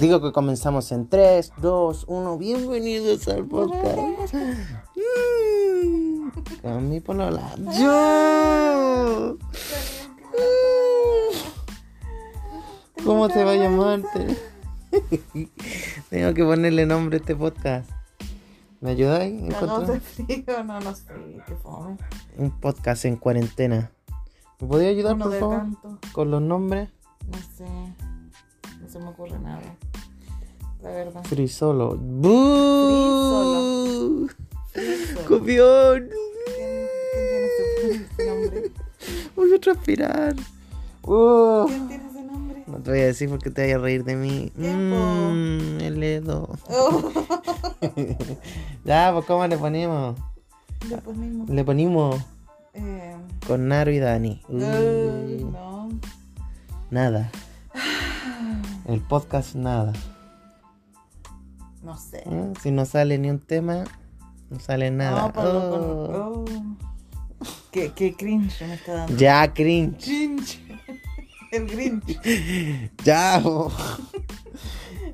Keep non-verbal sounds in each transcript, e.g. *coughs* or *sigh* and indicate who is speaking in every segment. Speaker 1: Digo que comenzamos en 3, 2, 1. Bienvenidos al podcast. Mm, Con mi
Speaker 2: Ah.
Speaker 1: polola. Yo. Mm. ¿Cómo se va a llamarte? *laughs* Tengo que ponerle nombre a este podcast. ¿Me ayudáis? a
Speaker 2: Cagados
Speaker 1: encontrar
Speaker 2: de frío, no, no sé, qué fome.
Speaker 1: Un podcast en cuarentena. ¿Me podría ayudar,
Speaker 2: Uno
Speaker 1: por
Speaker 2: de
Speaker 1: favor?
Speaker 2: tanto,
Speaker 1: Con los nombres.
Speaker 2: no sé, no se me ocurre nada, la verdad.
Speaker 1: Frisolo. ¡Bú!
Speaker 2: ¿Quién,
Speaker 1: ¡Copión!
Speaker 2: quién tiene ese, ese nombre?
Speaker 1: Voy a transpirar. ¡Uh!
Speaker 2: ¿Quién tiene ese nombre?
Speaker 1: No te voy a decir porque te vayas a reír de mí.
Speaker 2: Ya, po.
Speaker 1: Mmm, el Edo.
Speaker 2: Oh,
Speaker 1: ya, pues ¿cómo le ponemos?
Speaker 2: le ponemos.
Speaker 1: Le ponimos
Speaker 2: Eh,
Speaker 1: con Naro y Dani. Uh,
Speaker 2: ay, no.
Speaker 1: Nada. El podcast nada.
Speaker 2: No sé.
Speaker 1: ¿Eh? Si no sale ni un tema, no sale nada.
Speaker 2: No, Pablo,
Speaker 1: Oh.
Speaker 2: con- oh. Qué, qué cringe me está dando.
Speaker 1: Oh. Ya, cringe.
Speaker 2: Cringe. *laughs* El cringe.
Speaker 1: Ya. oh. po.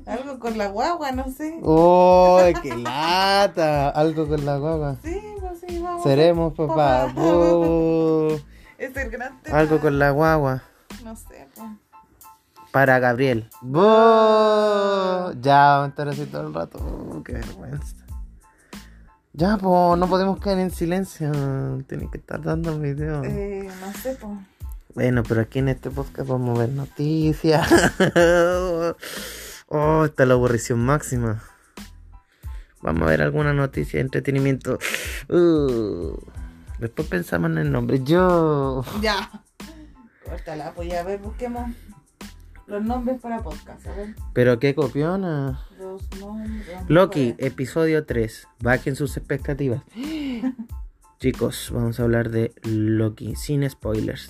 Speaker 2: Algo con la guagua, no sé.
Speaker 1: ¡Oh, qué lata! Algo con la guagua.
Speaker 2: Sí, pues sí, vamos.
Speaker 1: Seremos papá.
Speaker 2: Papá.
Speaker 1: Bu.
Speaker 2: Es el gran tema.
Speaker 1: Algo con la guagua.
Speaker 2: No sé, pues.
Speaker 1: Para Gabriel. Bu. Ya, vamos a estar así todo el rato. Uh, qué vergüenza. Ya, po, no podemos quedar en silencio. Tienen que estar dando videos.
Speaker 2: Eh, no sé, pues.
Speaker 1: Bueno, pero aquí en este podcast vamos a ver noticias. *laughs* oh, está la aburrición máxima. Vamos a ver alguna noticia de entretenimiento. Uh, Después pensamos en el nombre. Yo.
Speaker 2: Ya. Córtala, pues ya, a ver, busquemos los nombres para podcast. A ver,
Speaker 1: Pero qué copiona.
Speaker 2: los nombres.
Speaker 1: Loki, eh, episodio 3. Bajen sus expectativas. Chicos, vamos a hablar de Loki, sin spoilers.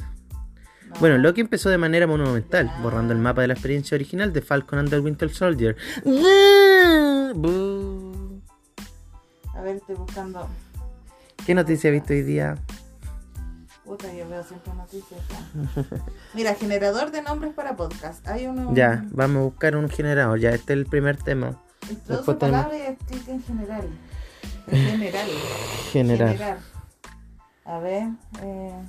Speaker 2: No.
Speaker 1: Bueno, Loki empezó de manera monumental, borrando el mapa de la experiencia original de Falcon and the Winter Soldier.
Speaker 2: Ah,
Speaker 1: Bú.
Speaker 2: A ver, estoy buscando.
Speaker 1: ¿Qué noticia he visto hoy día?
Speaker 2: Puta, yo veo siempre noticias.
Speaker 1: *laughs*
Speaker 2: ya. Mira, generador de nombres para podcast. Hay uno.
Speaker 1: Ya, vamos a buscar un generador. Ya, este es el primer tema.
Speaker 2: Introduce
Speaker 1: después tenemos-
Speaker 2: palabras y explica en general. En
Speaker 1: *laughs*
Speaker 2: general.
Speaker 1: Generar.
Speaker 2: A ver. Eh...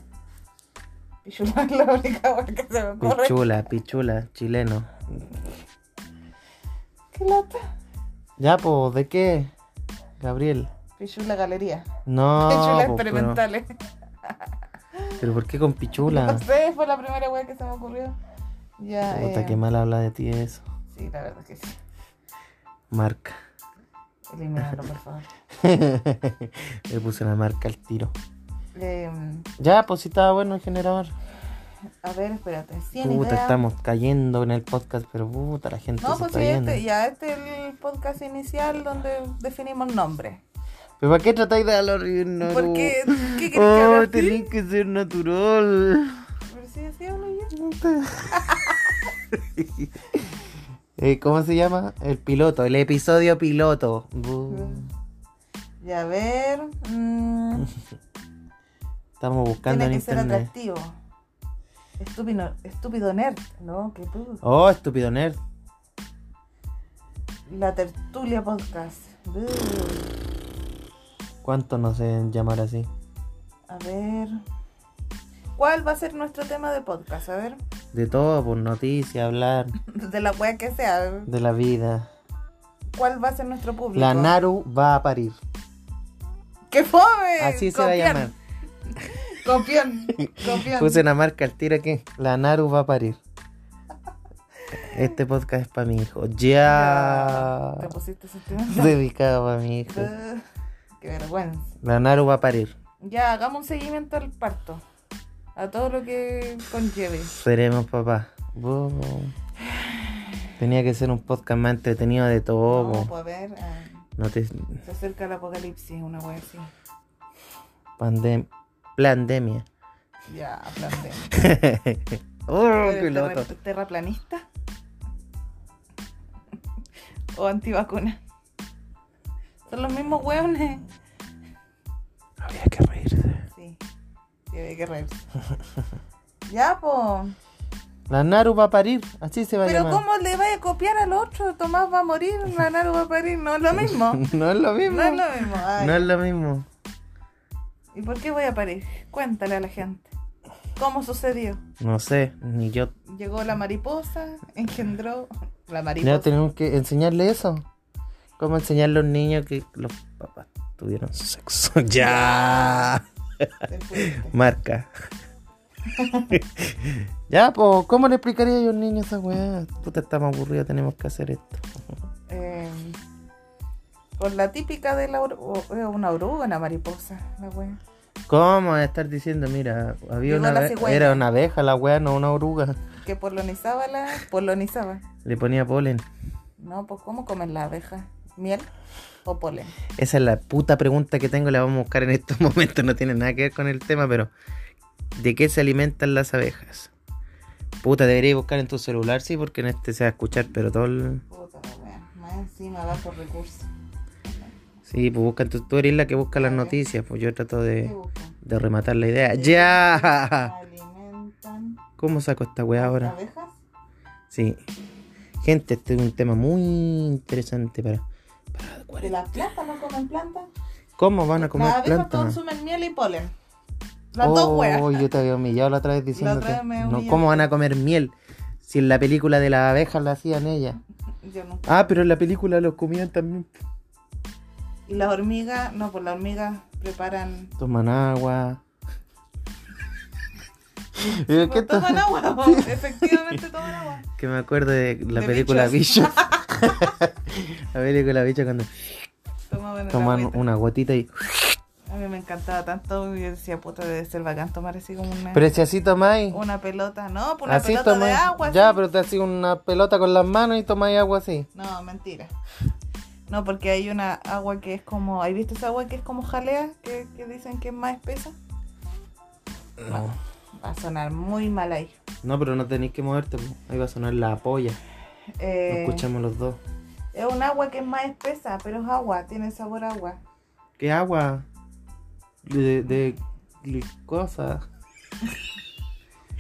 Speaker 2: Pichular *laughs* la única wea que se me ocurre.
Speaker 1: Pichula, pichula, chileno.
Speaker 2: ¿Qué lata?
Speaker 1: Ya, pues, ¿de qué? Gabriel.
Speaker 2: Pichula galería.
Speaker 1: No. po,
Speaker 2: Pichula
Speaker 1: Ah, pues, pero-
Speaker 2: experimentales.
Speaker 1: Pero, ¿por qué con pichula?
Speaker 2: No sé, fue la primera wea que se me ocurrió. Ya.
Speaker 1: Puta,
Speaker 2: eh,
Speaker 1: qué mal habla de ti eso.
Speaker 2: Sí, la verdad que sí.
Speaker 1: Marca. *laughs*
Speaker 2: Elimínalo, por favor.
Speaker 1: Le puse una marca al tiro.
Speaker 2: Eh,
Speaker 1: Ya, pues, si estaba bueno el generador.
Speaker 2: a ver, espérate. 100
Speaker 1: Puta,
Speaker 2: ideas.
Speaker 1: estamos cayendo en el podcast, pero puta, la gente
Speaker 2: No,
Speaker 1: se
Speaker 2: pues
Speaker 1: está
Speaker 2: sí,
Speaker 1: yendo.
Speaker 2: este, ya este es el podcast inicial donde definimos nombres.
Speaker 1: ¿Pero para qué tratáis de hablar no?
Speaker 2: ¿Por qué? ¿Qué querés que haga
Speaker 1: *laughs* Oh,
Speaker 2: así?
Speaker 1: tenés que ser
Speaker 2: *laughs*
Speaker 1: natural.
Speaker 2: Pero sí, así hablo yo.
Speaker 1: Eh, ¿Cómo se llama? El piloto, el episodio piloto. Bu.
Speaker 2: Y a ver.
Speaker 1: *laughs*
Speaker 2: mm,
Speaker 1: Estamos buscando
Speaker 2: tiene
Speaker 1: en
Speaker 2: que ser
Speaker 1: internet.
Speaker 2: atractivo. Estúpido, estúpido nerd, ¿no? Que tú.
Speaker 1: Oh, estúpido nerd.
Speaker 2: La tertulia podcast. Buh.
Speaker 1: ¿Cuánto nos deben llamar así?
Speaker 2: A ver. ¿Cuál va a ser nuestro tema de podcast? A ver.
Speaker 1: De todo, por noticias, hablar
Speaker 2: De la wea que sea.
Speaker 1: de la vida.
Speaker 2: ¿Cuál va a ser nuestro público?
Speaker 1: La Naru va a parir.
Speaker 2: ¡Qué fome!
Speaker 1: Así se va a
Speaker 2: Copión,
Speaker 1: llamar. *laughs*
Speaker 2: Copión. Copión.
Speaker 1: Puse una marca al tiro que la Naru va a parir. Este podcast es para mi hijo. Ya.
Speaker 2: Te
Speaker 1: *laughs*
Speaker 2: pusiste sentimental.
Speaker 1: Dedicado para mi hijo.
Speaker 2: Buh. *laughs* Qué vergüenza.
Speaker 1: La Naru va a parir.
Speaker 2: Ya, hagamos un seguimiento al parto. A todo lo que conlleve.
Speaker 1: Seremos papás. Bo. Tenía que ser un podcast más entretenido de todo.
Speaker 2: Vamos
Speaker 1: bo.
Speaker 2: a ver. ah,
Speaker 1: No te...
Speaker 2: se acerca el apocalipsis, una wea así.
Speaker 1: Pandem... Pandemia.
Speaker 2: Ya, plantea.
Speaker 1: oh,
Speaker 2: ¿Eres
Speaker 1: piloto.
Speaker 2: terra- terraplanista? *laughs* ¿O antivacuna? Son los mismos hueones.
Speaker 1: Había que reírse. *laughs*
Speaker 2: Sí, sí, había que reírse. ya, po.
Speaker 1: La Naru va a parir, así se va a
Speaker 2: Pero
Speaker 1: llamar.
Speaker 2: ¿cómo le va a copiar al otro? Tomás va a morir, Naru va a parir. No es lo mismo.
Speaker 1: *laughs* No es lo mismo.
Speaker 2: No es lo mismo. Ay.
Speaker 1: No es lo mismo.
Speaker 2: ¿Y por qué voy a parir? Cuéntale a la gente. ¿Cómo sucedió?
Speaker 1: No sé, ni yo.
Speaker 2: Llegó la mariposa, engendró la
Speaker 1: Ya
Speaker 2: mariposa.
Speaker 1: tenemos que enseñarle eso. ¿Cómo enseñarle a los niños que los papás tuvieron sexo? *laughs* ya.
Speaker 2: Te fuiste.
Speaker 1: Marca. *laughs* ya, pues, ¿cómo le explicaría yo a un niño esa weá? Puta, estamos aburridos, tenemos que hacer esto.
Speaker 2: Eh, con la típica de la or- o- eh, una oruga, una mariposa, la wea.
Speaker 1: ¿Cómo vas a estar diciendo, mira, había
Speaker 2: Llegó
Speaker 1: una
Speaker 2: la
Speaker 1: abe-
Speaker 2: cigüeña.
Speaker 1: era una abeja la weá, no una oruga.
Speaker 2: Que polonizaba la. Polonizaba.
Speaker 1: Le ponía polen.
Speaker 2: No, pues ¿cómo comen la abeja? ¿Miel o polen?
Speaker 1: Esa es la puta pregunta que tengo, la vamos a buscar en estos *laughs* momentos, no tiene nada que ver con el tema, pero ¿de qué se alimentan las abejas? Puta, debería buscar en tu celular, sí, porque en este se va a escuchar, pero todo el...
Speaker 2: Puta la wea. Más encima bajo recursos.
Speaker 1: Sí, pues busca en tu... Tú eres la que busca las
Speaker 2: Ya, ya.
Speaker 1: noticias, pues yo trato
Speaker 2: ¿Qué
Speaker 1: de,
Speaker 2: buscan?
Speaker 1: de rematar la idea. Ah, ¡Ya!
Speaker 2: Alimentan.
Speaker 1: ¿Cómo saco esta weá
Speaker 2: las
Speaker 1: ahora?
Speaker 2: ¿Abejas?
Speaker 1: Sí. Gente, este es un tema muy interesante para... para
Speaker 2: ¿De las plantas no comen plantas?
Speaker 1: ¿Cómo van a
Speaker 2: las
Speaker 1: comer
Speaker 2: abejas
Speaker 1: plantas?
Speaker 2: consumen miel y polen. Las dos
Speaker 1: Oh,
Speaker 2: weas.
Speaker 1: yo te había humillado la otra
Speaker 2: *laughs*
Speaker 1: vez diciéndote.
Speaker 2: otra vez me
Speaker 1: no,
Speaker 2: humillaste.
Speaker 1: ¿Cómo van a comer miel? Si en la película de las abejas la hacían ellas.
Speaker 2: Yo no.
Speaker 1: Ah, pero en la película los comían también.
Speaker 2: Y las hormigas, no, pues las hormigas preparan.
Speaker 1: Toman
Speaker 2: *laughs*
Speaker 1: agua. Eh, ¿Qué
Speaker 2: Pues
Speaker 1: tal? *laughs*
Speaker 2: toman agua, po. efectivamente toman agua.
Speaker 1: Que me acuerdo de la
Speaker 2: De
Speaker 1: película
Speaker 2: bichos. *laughs*
Speaker 1: Bicho. la película Bicho cuando
Speaker 2: Tomaban el
Speaker 1: toman
Speaker 2: agüita.
Speaker 1: una gotita y.
Speaker 2: A mí me encantaba tanto. Yo decía, puta, debe ser bacán tomar así como una,
Speaker 1: Pero si así tomáis.
Speaker 2: una pelota. No, pues Ah. una
Speaker 1: Así
Speaker 2: pelota de
Speaker 1: tomáis.
Speaker 2: agua.
Speaker 1: Ya,
Speaker 2: así.
Speaker 1: pero te hacía una pelota con las manos y tomáis agua así.
Speaker 2: No, mentira. No, porque hay una agua que es como. ¿Has visto esa agua que es como jalea? Que, que dicen que es más espesa.
Speaker 1: No.
Speaker 2: Va a sonar muy mal ahí.
Speaker 1: No, pero no tenéis que moverte. po. Ahí va a sonar la polla. Lo
Speaker 2: Eh,
Speaker 1: escuchamos los dos.
Speaker 2: Es un agua que es más espesa, pero es agua, tiene sabor a agua.
Speaker 1: ¿Qué agua? De, de glucosa.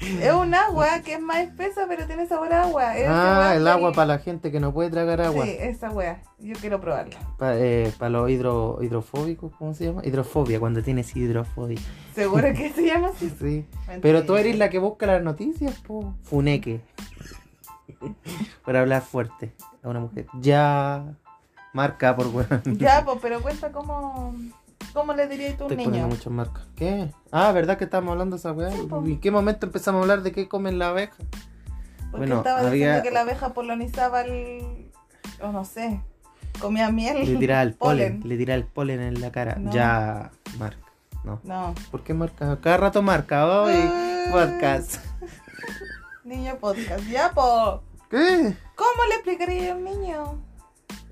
Speaker 2: Es
Speaker 1: *laughs*
Speaker 2: un agua que es más espesa, pero tiene sabor a agua. Es
Speaker 1: Ah,
Speaker 2: ese
Speaker 1: el
Speaker 2: va-
Speaker 1: agua para la gente que no puede tragar agua.
Speaker 2: Sí, esa wea. Yo quiero probarla.
Speaker 1: Para los hidro, hidrofóbicos, ¿cómo se llama? Hidrofobia, cuando tienes hidrofobia.
Speaker 2: ¿Seguro que se llama así?
Speaker 1: Sí.
Speaker 2: Mentira.
Speaker 1: Pero tú eres la que busca las noticias, po. Funeque. *laughs* por hablar fuerte a una mujer. Ya. Marca, por weón.
Speaker 2: Ya, pues, pero cuenta cómo. ¿Cómo le dirías tú a un
Speaker 1: Estoy
Speaker 2: niño?
Speaker 1: poniendo muchas marcas. ¿Qué? Ah, ¿verdad que estábamos hablando de esa weá?
Speaker 2: Sí, po.
Speaker 1: ¿Y en qué momento empezamos a hablar de qué comen la abeja?
Speaker 2: Porque
Speaker 1: Bueno,
Speaker 2: estaba
Speaker 1: había-
Speaker 2: diciendo que la abeja polonizaba el. O no sé. Comía miel.
Speaker 1: Le tira
Speaker 2: *laughs*
Speaker 1: el polen, le tira el polen en la cara.
Speaker 2: No.
Speaker 1: Ya, marca. No.
Speaker 2: No.
Speaker 1: ¿Por qué marca? Cada rato marca. Hoy,
Speaker 2: Ah.
Speaker 1: podcast.
Speaker 2: Niño podcast. Ya, po.
Speaker 1: ¿Qué?
Speaker 2: ¿Cómo le explicaría a un niño?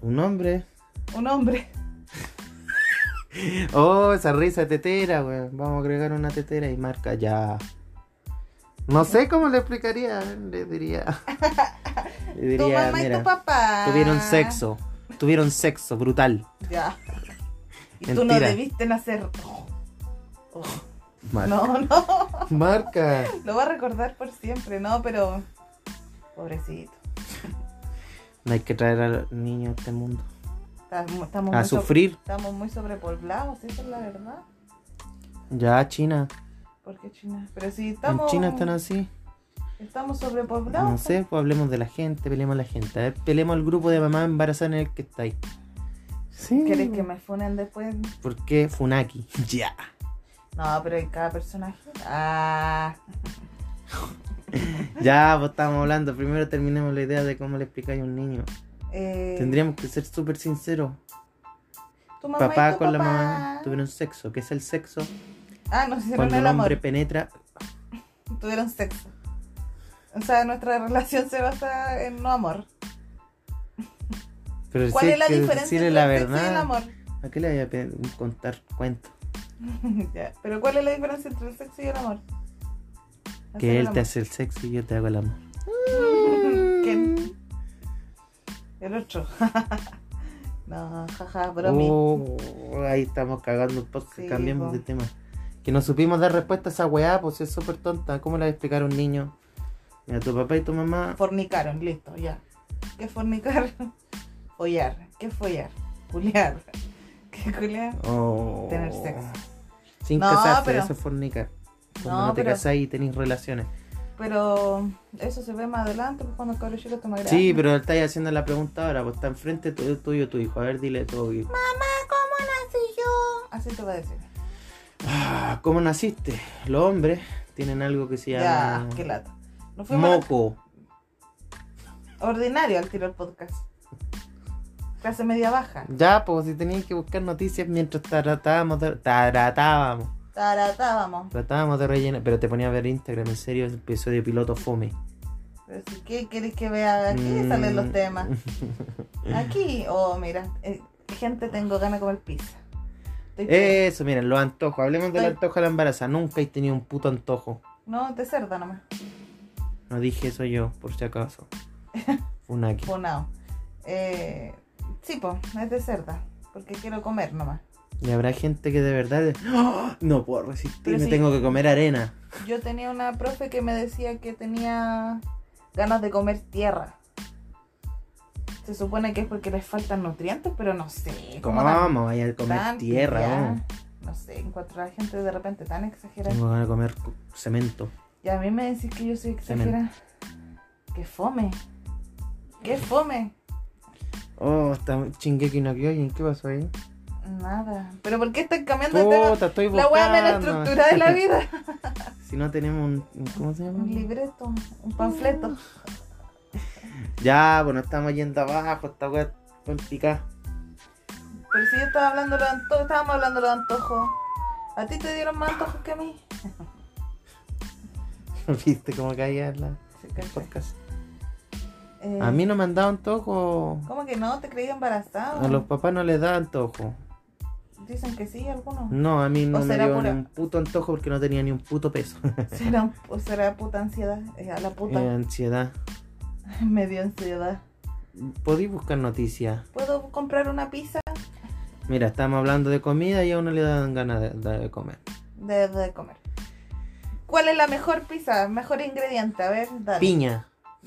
Speaker 1: Un hombre.
Speaker 2: Un hombre.
Speaker 1: Oh, esa risa de tetera, güey. Vamos a agregar una tetera y marca ya. No sé cómo le explicaría. Le
Speaker 2: *laughs*
Speaker 1: diría. Le
Speaker 2: tu
Speaker 1: diría,
Speaker 2: mamá y tu
Speaker 1: mira,
Speaker 2: papá.
Speaker 1: tuvieron sexo. Tuvieron sexo, brutal.
Speaker 2: Ya. Y tú no
Speaker 1: Mentira.
Speaker 2: debiste nacer. Oh. Oh.
Speaker 1: Marca.
Speaker 2: No, no.
Speaker 1: Marca.
Speaker 2: Lo va a recordar por siempre, ¿no? Pero. Pobrecito.
Speaker 1: No hay que traer a los niños a este mundo.
Speaker 2: Estamos, estamos
Speaker 1: A
Speaker 2: muy so-
Speaker 1: sufrir.
Speaker 2: estamos muy sobrepoblados, esa es la verdad.
Speaker 1: Ya, China.
Speaker 2: Porque China. Pero si
Speaker 1: En
Speaker 2: estamos.
Speaker 1: China están así.
Speaker 2: Estamos sobrepoblados.
Speaker 1: No sé, pues hablemos de la gente, peleemos a la gente. A ver, peleemos al grupo de mamás embarazadas en el que estáis. Sí.
Speaker 2: ¿Quieres que me funen después?
Speaker 1: ¿Por qué Funaki? *laughs* Ya.
Speaker 2: No, pero en cada personaje. Ah.
Speaker 1: Ya, pues estábamos hablando. Primero terminemos la idea de cómo le explicáis a un niño.
Speaker 2: eh,
Speaker 1: Tendríamos que ser súper sinceros.
Speaker 2: tu mamá y
Speaker 1: Papá
Speaker 2: tu
Speaker 1: con la
Speaker 2: papá.
Speaker 1: mamá tuvieron sexo. ¿Qué es el sexo?
Speaker 2: Ah, nos hicieron
Speaker 1: Cuando
Speaker 2: el
Speaker 1: un hombre
Speaker 2: amor.
Speaker 1: penetra.
Speaker 2: Tuvieron sexo. O sea, nuestra relación se basa en no amor.
Speaker 1: Pero
Speaker 2: ¿Cuál
Speaker 1: sí
Speaker 2: es la
Speaker 1: hay que
Speaker 2: diferencia
Speaker 1: decirle
Speaker 2: entre
Speaker 1: la
Speaker 2: el sexo y el
Speaker 1: verdad.
Speaker 2: amor? *laughs*
Speaker 1: ¿A qué le voy a pe- contar cuento?
Speaker 2: Ya, Pero ¿cuál es la diferencia entre el sexo y el amor? Hacer
Speaker 1: Que
Speaker 2: el
Speaker 1: él te
Speaker 2: amor.
Speaker 1: hace el sexo y yo te hago el
Speaker 2: *laughs*
Speaker 1: amor.
Speaker 2: ¿Quién? El otro. *laughs* no, jaja, bromi.
Speaker 1: Oh, ahí estamos cagando un podcast,
Speaker 2: Sí,
Speaker 1: cambiemos
Speaker 2: po.
Speaker 1: de tema. Que no supimos dar respuesta a esa weá, pues es súper tonta. ¿Cómo le voy a explicar a un niño? Mira, tu papá y tu mamá.
Speaker 2: Fornicaron, listo, ya. ¿Qué fornicar? *laughs* Follar. ¿Qué follar? Culear. *laughs* ¿Qué culear?
Speaker 1: Oh.
Speaker 2: Tener sexo.
Speaker 1: Sin
Speaker 2: No,
Speaker 1: casarse,
Speaker 2: pero-
Speaker 1: eso es fornicar. Cuando no,
Speaker 2: No,
Speaker 1: te
Speaker 2: pero-
Speaker 1: casás y tenés relaciones.
Speaker 2: Pero eso se ve más adelante pues, cuando el cabro chico toma grande.
Speaker 1: Sí, pero estáis haciendo la pregunta ahora, pues está enfrente tu- tuyo tu hijo. A ver, dile todo. hijo.
Speaker 2: ¿Cómo nací yo? Así te va a decir.
Speaker 1: Ah, ¿Cómo naciste? Los hombres tienen algo que se
Speaker 2: Ya,
Speaker 1: llama
Speaker 2: qué lata. Nos fuimos a la-
Speaker 1: moco.
Speaker 2: ordinario al tiro el podcast. Clase media baja.
Speaker 1: Ya, pues si tenías que buscar noticias mientras tratábamos de, tratábamos,
Speaker 2: Taratábamos.
Speaker 1: tratábamos de rellenar, pero te ponía a ver Instagram, en serio, el episodio piloto fome.
Speaker 2: Pero si, ¿Qué quieres que vea? Aquí
Speaker 1: Mm.
Speaker 2: salen los
Speaker 1: *laughs*
Speaker 2: temas. Aquí, oh, mira. eh, gente, tengo ganas de comer pizza. Estoy pe-
Speaker 1: Eso, miren, los antojos, hablemos del
Speaker 2: Ay.
Speaker 1: antojo de la embaraza, nunca he tenido un puto antojo.
Speaker 2: No, te cerda nomás.
Speaker 1: No dije eso yo, por si acaso.
Speaker 2: *laughs*
Speaker 1: Funaki.
Speaker 2: Funado. Eh, sí, po, es de cerda. Porque quiero comer nomás.
Speaker 1: Y habrá gente que de verdad de- ¡Ah! no puedo resistir,
Speaker 2: Pero
Speaker 1: me
Speaker 2: sí.
Speaker 1: tengo que comer arena.
Speaker 2: Yo tenía una profe que me decía que tenía ganas de comer tierra. Se supone que es porque les faltan nutrientes, pero no sé.
Speaker 1: ¿Cómo
Speaker 2: como tan-
Speaker 1: vaya a comer
Speaker 2: tan
Speaker 1: tierra?
Speaker 2: pillada.
Speaker 1: vamos.
Speaker 2: No sé, encuentro a la gente de repente tan exagerada.
Speaker 1: Tengo ganas de comer cu- cemento.
Speaker 2: Y a mí me decís que yo soy
Speaker 1: Cemento.
Speaker 2: exagerada. ¡Qué fome! ¡Qué fome!
Speaker 1: Oh, está chingueki no Kyojin, ¿qué pasó ahí?
Speaker 2: Nada. ¿Pero por qué están cambiando de tema?
Speaker 1: Puta, estoy buscando.
Speaker 2: La wea menos estructurada
Speaker 1: *laughs*
Speaker 2: de la vida.
Speaker 1: Si no tenemos un. un- ¿Cómo se llama?
Speaker 2: Un libreto, un panfleto.
Speaker 1: Ya, bueno, estamos yendo abajo, esta weá fue en picar.
Speaker 2: Pero si yo estaba hablando de los antojos, estábamos hablando de los antojos. ¿A ti te dieron más antojos que a mí?
Speaker 1: *laughs* ¿Viste cómo caía la,
Speaker 2: Sí,
Speaker 1: el
Speaker 2: caché.
Speaker 1: podcast?
Speaker 2: Eh,
Speaker 1: A mí no me han dado antojo.
Speaker 2: ¿Cómo que no? ¿Te creí embarazada?
Speaker 1: A los papás no les da antojo.
Speaker 2: Dicen que sí, algunos.
Speaker 1: No, a mí no
Speaker 2: O
Speaker 1: me
Speaker 2: será
Speaker 1: dio ni
Speaker 2: pura-
Speaker 1: un puto antojo porque no tenía ni un puto peso.
Speaker 2: *laughs*
Speaker 1: *laughs*
Speaker 2: ¿Será, o será puta ansiedad? Eh, a la puta.
Speaker 1: Eh, ansiedad.
Speaker 2: *laughs* Me dio ansiedad.
Speaker 1: Podí buscar noticias.
Speaker 2: ¿Puedo comprar una pizza?
Speaker 1: Mira, estamos hablando de comida y a uno le dan ganas de, de comer.
Speaker 2: De, de comer. ¿Cuál es la mejor pizza? Mejor ingrediente. A ver, dale.
Speaker 1: Piña.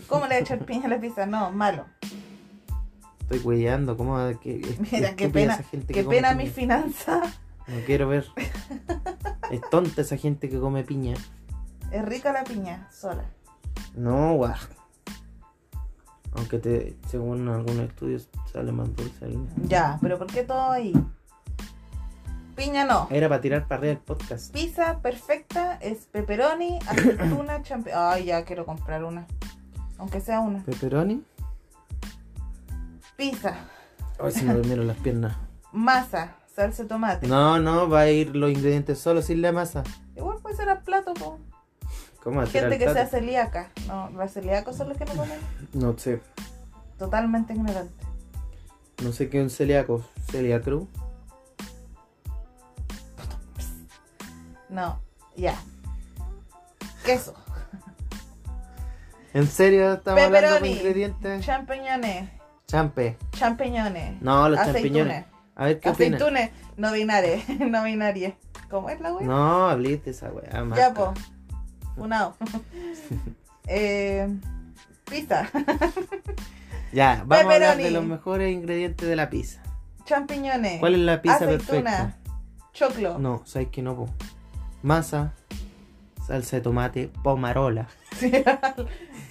Speaker 2: ¿Cómo le echar piña a la pizza? No, malo.
Speaker 1: Estoy cuidando, ¿cómo? Qué,
Speaker 2: Mira, qué
Speaker 1: estúpida
Speaker 2: pena.
Speaker 1: esa gente
Speaker 2: Qué
Speaker 1: que come
Speaker 2: pena
Speaker 1: piña.
Speaker 2: mis finanzas. *laughs*
Speaker 1: No quiero ver. es tonta esa gente que come piña.
Speaker 2: Es rica la piña, sola.
Speaker 1: No, guau. Aunque te, según algunos estudios sale más dulce. el-
Speaker 2: Ya, pero ¿por qué todo ahí? Piña no.
Speaker 1: Era para tirar para arriba el podcast.
Speaker 2: Pizza perfecta es pepperoni, aceituna, *coughs* champiñón. Ay, ya quiero comprar una. Aunque sea una.
Speaker 1: ¿Pepperoni?
Speaker 2: Pizza,
Speaker 1: Ay, se me durmieron las piernas.
Speaker 2: masa, salsa de tomate.
Speaker 1: No, no, va a ir los ingredientes solo sin la masa.
Speaker 2: Igual puede ser al plato, po.
Speaker 1: ¿Cómo va a tirar
Speaker 2: Gente
Speaker 1: el
Speaker 2: que sea
Speaker 1: plato?
Speaker 2: celíaca. No, los celíacos son los que no comen.
Speaker 1: No sé.
Speaker 2: Totalmente ignorante.
Speaker 1: No sé qué es un celíaco. Celia Cruz.
Speaker 2: No, ya. Queso,
Speaker 1: ¿En serio estamos hablando de
Speaker 2: Pepperoni.
Speaker 1: ingredientes?
Speaker 2: champiñones,
Speaker 1: Champe.
Speaker 2: champiñones.
Speaker 1: No, los champiñones.
Speaker 2: aceitunes.
Speaker 1: A ver qué opinas.
Speaker 2: Aceitunes, no binares, *laughs* no binaries. ¿Cómo es la wea?
Speaker 1: No, habliste esa weá.
Speaker 2: Ya,
Speaker 1: marca.
Speaker 2: po. *laughs*
Speaker 1: *laughs*
Speaker 2: Funao. eh, pizza. *laughs*
Speaker 1: Ya, vamos a hablar de
Speaker 2: Pepperoni.
Speaker 1: los mejores ingredientes de la pizza.
Speaker 2: Champiñones.
Speaker 1: ¿Cuál es la pizza
Speaker 2: Aceituna. Choclo.
Speaker 1: perfecta? No, sabes que no, po. Masa, salsa de tomate, pomarola.
Speaker 2: *laughs* Sí,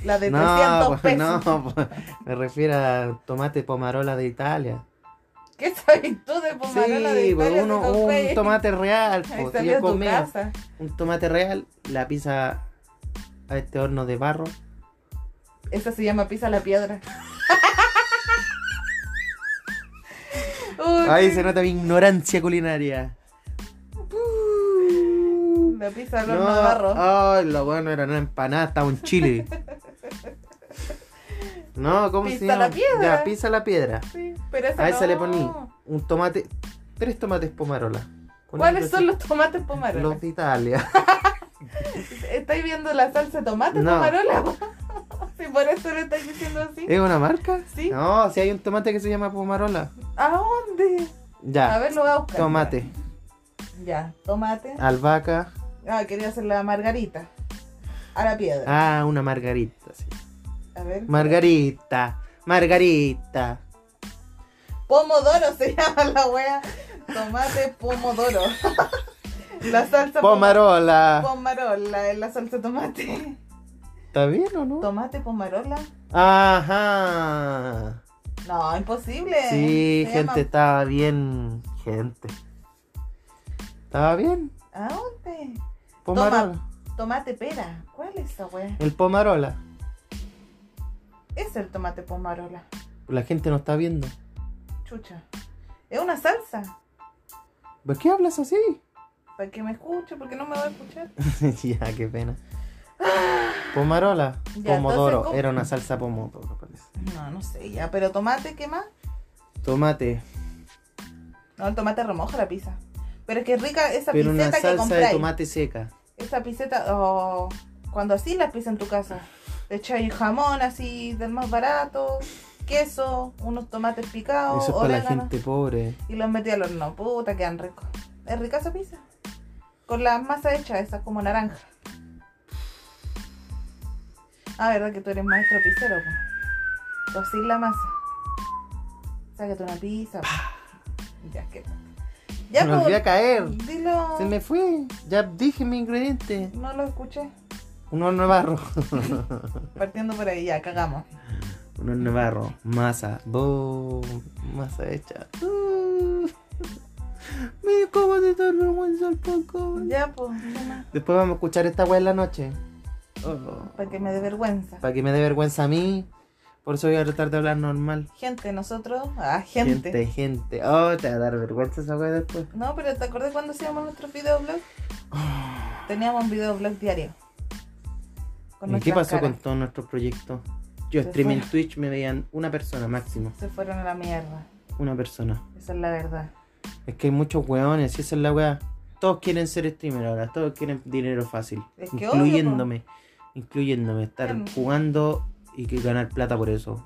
Speaker 2: la de
Speaker 1: no,
Speaker 2: 300
Speaker 1: po,
Speaker 2: pesos. *laughs*
Speaker 1: no, po. me refiero a tomate pomarola de Italia.
Speaker 2: ¿Qué sabes tú de pomarola de
Speaker 1: sí, po,
Speaker 2: Italia?
Speaker 1: uno-
Speaker 2: si no
Speaker 1: un
Speaker 2: fue-
Speaker 1: tomate real,
Speaker 2: Ahí
Speaker 1: po, si
Speaker 2: salió
Speaker 1: yo
Speaker 2: en tu
Speaker 1: comía
Speaker 2: casa.
Speaker 1: un tomate real, la pizza a este horno de barro.
Speaker 2: Esa se llama pizza a
Speaker 1: *laughs*
Speaker 2: la piedra. Uy,
Speaker 1: Ahí se nota mi ignorancia culinaria.
Speaker 2: La pizza al horno de barro.
Speaker 1: Ay, lo bueno era una empanada, estaba un
Speaker 2: *laughs*
Speaker 1: chile. No, ¿cómo se
Speaker 2: Pizza
Speaker 1: llama?
Speaker 2: la piedra.
Speaker 1: Ya, pizza la piedra.
Speaker 2: Sí, pero esa
Speaker 1: A esa le
Speaker 2: no.
Speaker 1: poní un tomate, tres tomates pomarola. Con
Speaker 2: ¿Cuáles
Speaker 1: esto
Speaker 2: son
Speaker 1: sí,
Speaker 2: los tomates pomarola?
Speaker 1: Los de Italia. *laughs*
Speaker 2: ¿Estáis viendo la salsa de tomate,
Speaker 1: No.
Speaker 2: *laughs* Pomarola? si por eso le estáis diciendo así.
Speaker 1: ¿Es una marca?
Speaker 2: Sí.
Speaker 1: No, si hay un tomate que se llama pomarola.
Speaker 2: ¿A dónde?
Speaker 1: Ya,
Speaker 2: A ver, lo voy a buscar.
Speaker 1: tomate,
Speaker 2: Ya, tomate.
Speaker 1: albahaca,
Speaker 2: Ah, quería hacer la margarita. a la piedra.
Speaker 1: Ah, una margarita, sí. Ah.
Speaker 2: A ver.
Speaker 1: Margarita, margarita.
Speaker 2: Pomodoro se *laughs* llama la wea. Tomate pomodoro. *laughs* la salsa
Speaker 1: Pomarola.
Speaker 2: Pomarola, es la salsa tomate.
Speaker 1: ¿Está bien o no?
Speaker 2: Tomate pomarola.
Speaker 1: Ajá.
Speaker 2: No, imposible.
Speaker 1: Sí,
Speaker 2: Se
Speaker 1: gente,
Speaker 2: llama-
Speaker 1: estaba bien. Gente. Estaba bien.
Speaker 2: ¿A dónde?
Speaker 1: Pomarola.
Speaker 2: Tomate pera. ¿Cuál es esa wea?
Speaker 1: El pomarola.
Speaker 2: Es el tomate pomarola.
Speaker 1: La gente no está viendo.
Speaker 2: Chucha. Es una salsa.
Speaker 1: ¿Por qué hablas así?
Speaker 2: *laughs* Para que me escuche, porque no me va a escuchar.
Speaker 1: ya, qué pena. Pomarola.
Speaker 2: Ya,
Speaker 1: pomodoro.
Speaker 2: entonces, ¿cómo?
Speaker 1: Era una salsa pomodoro, parece.
Speaker 2: No, no sé ya. Pero tomate, ¿qué más?
Speaker 1: Tomate.
Speaker 2: No, el tomate remoja la pizza. Pero es que es rica esa
Speaker 1: pero una
Speaker 2: piseta que
Speaker 1: salsa de
Speaker 2: compráis.
Speaker 1: tomate seca.
Speaker 2: Esa piseta, oh, cuando así la pizza en tu casa. Le echáis jamón así del más barato, queso, unos tomates picados,
Speaker 1: Eso es para la
Speaker 2: orégano.
Speaker 1: gente pobre.
Speaker 2: Y los metí al horno. Puta, quedan ricos. Es rica esa pizza. Con la masa hecha, esa como naranja. Ah, verdad que tú eres maestro pizzero, po. Tú hacís la masa. Sácate una pizza, po. Ya, qué rico.
Speaker 1: se me
Speaker 2: po,
Speaker 1: volvió a caer.
Speaker 2: Dilo.
Speaker 1: Se me fue. Ya dije mi ingrediente.
Speaker 2: No lo escuché.
Speaker 1: Uno navarro.
Speaker 2: Partiendo por ahí, ya, cagamos.
Speaker 1: Uno navarro. Masa. Bo. Masa hecha. Uh. Mira cómo te da vergüenza el poco.
Speaker 2: Ya, pues, nomás,
Speaker 1: Después vamos a escuchar esta weá en la noche. Oh.
Speaker 2: para que me dé vergüenza.
Speaker 1: Para que me dé vergüenza a mí. Por eso voy a tratar de hablar normal.
Speaker 2: Gente, nosotros. Ah, gente.
Speaker 1: gente. gente. Oh, te va a dar vergüenza esa weá después.
Speaker 2: No, pero ¿te acordás cuando hacíamos nuestros videoblogs? Teníamos un videoblog diario. Con
Speaker 1: ¿Y qué
Speaker 2: nuestras
Speaker 1: pasó con
Speaker 2: caras.
Speaker 1: todos nuestros proyectos? Yo
Speaker 2: Se
Speaker 1: streamé en
Speaker 2: fue.
Speaker 1: Twitch, me veían una persona máximo.
Speaker 2: Se fueron a la mierda.
Speaker 1: Una persona.
Speaker 2: Esa es la verdad.
Speaker 1: Es que hay muchos weones, y esa es la weá. Todos quieren ser streamer ahora, todos quieren dinero fácil.
Speaker 2: Es que obvio, Em.
Speaker 1: incluyéndome. incluyéndome. Estar
Speaker 2: Bien.
Speaker 1: jugando y que ganar plata por eso.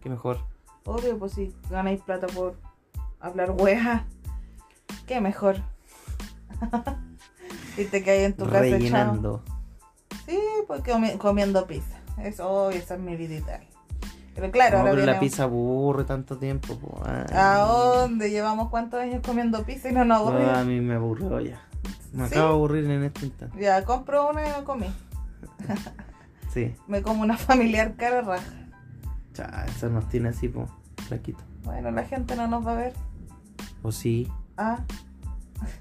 Speaker 1: Qué mejor.
Speaker 2: Obvio, pues si ganáis plata por hablar hueja, qué mejor. *laughs* y te caes en tu casa echado.
Speaker 1: Rellenando.
Speaker 2: Sí, pues comi- comiendo pizza. Eso, obvio, esa es mi vida ideal. Pero claro,
Speaker 1: No,
Speaker 2: ahora
Speaker 1: pero la
Speaker 2: viene- Ah, oh,
Speaker 1: pizza aburre tanto tiempo. po. Ay.
Speaker 2: ¿A dónde? Llevamos cuántos años comiendo pizza y no nos
Speaker 1: No,
Speaker 2: aburrimos.
Speaker 1: a mí me aburrió ya. Me
Speaker 2: Sí.
Speaker 1: acabo de aburrir en este instante.
Speaker 2: Ya compro una y no comí.
Speaker 1: Sí.
Speaker 2: Me como una *laughs* familiar cara raja.
Speaker 1: Cha, eso nos tiene así, po. Flaquito.
Speaker 2: Bueno, la gente no nos va a ver.
Speaker 1: O sí,
Speaker 2: Ah,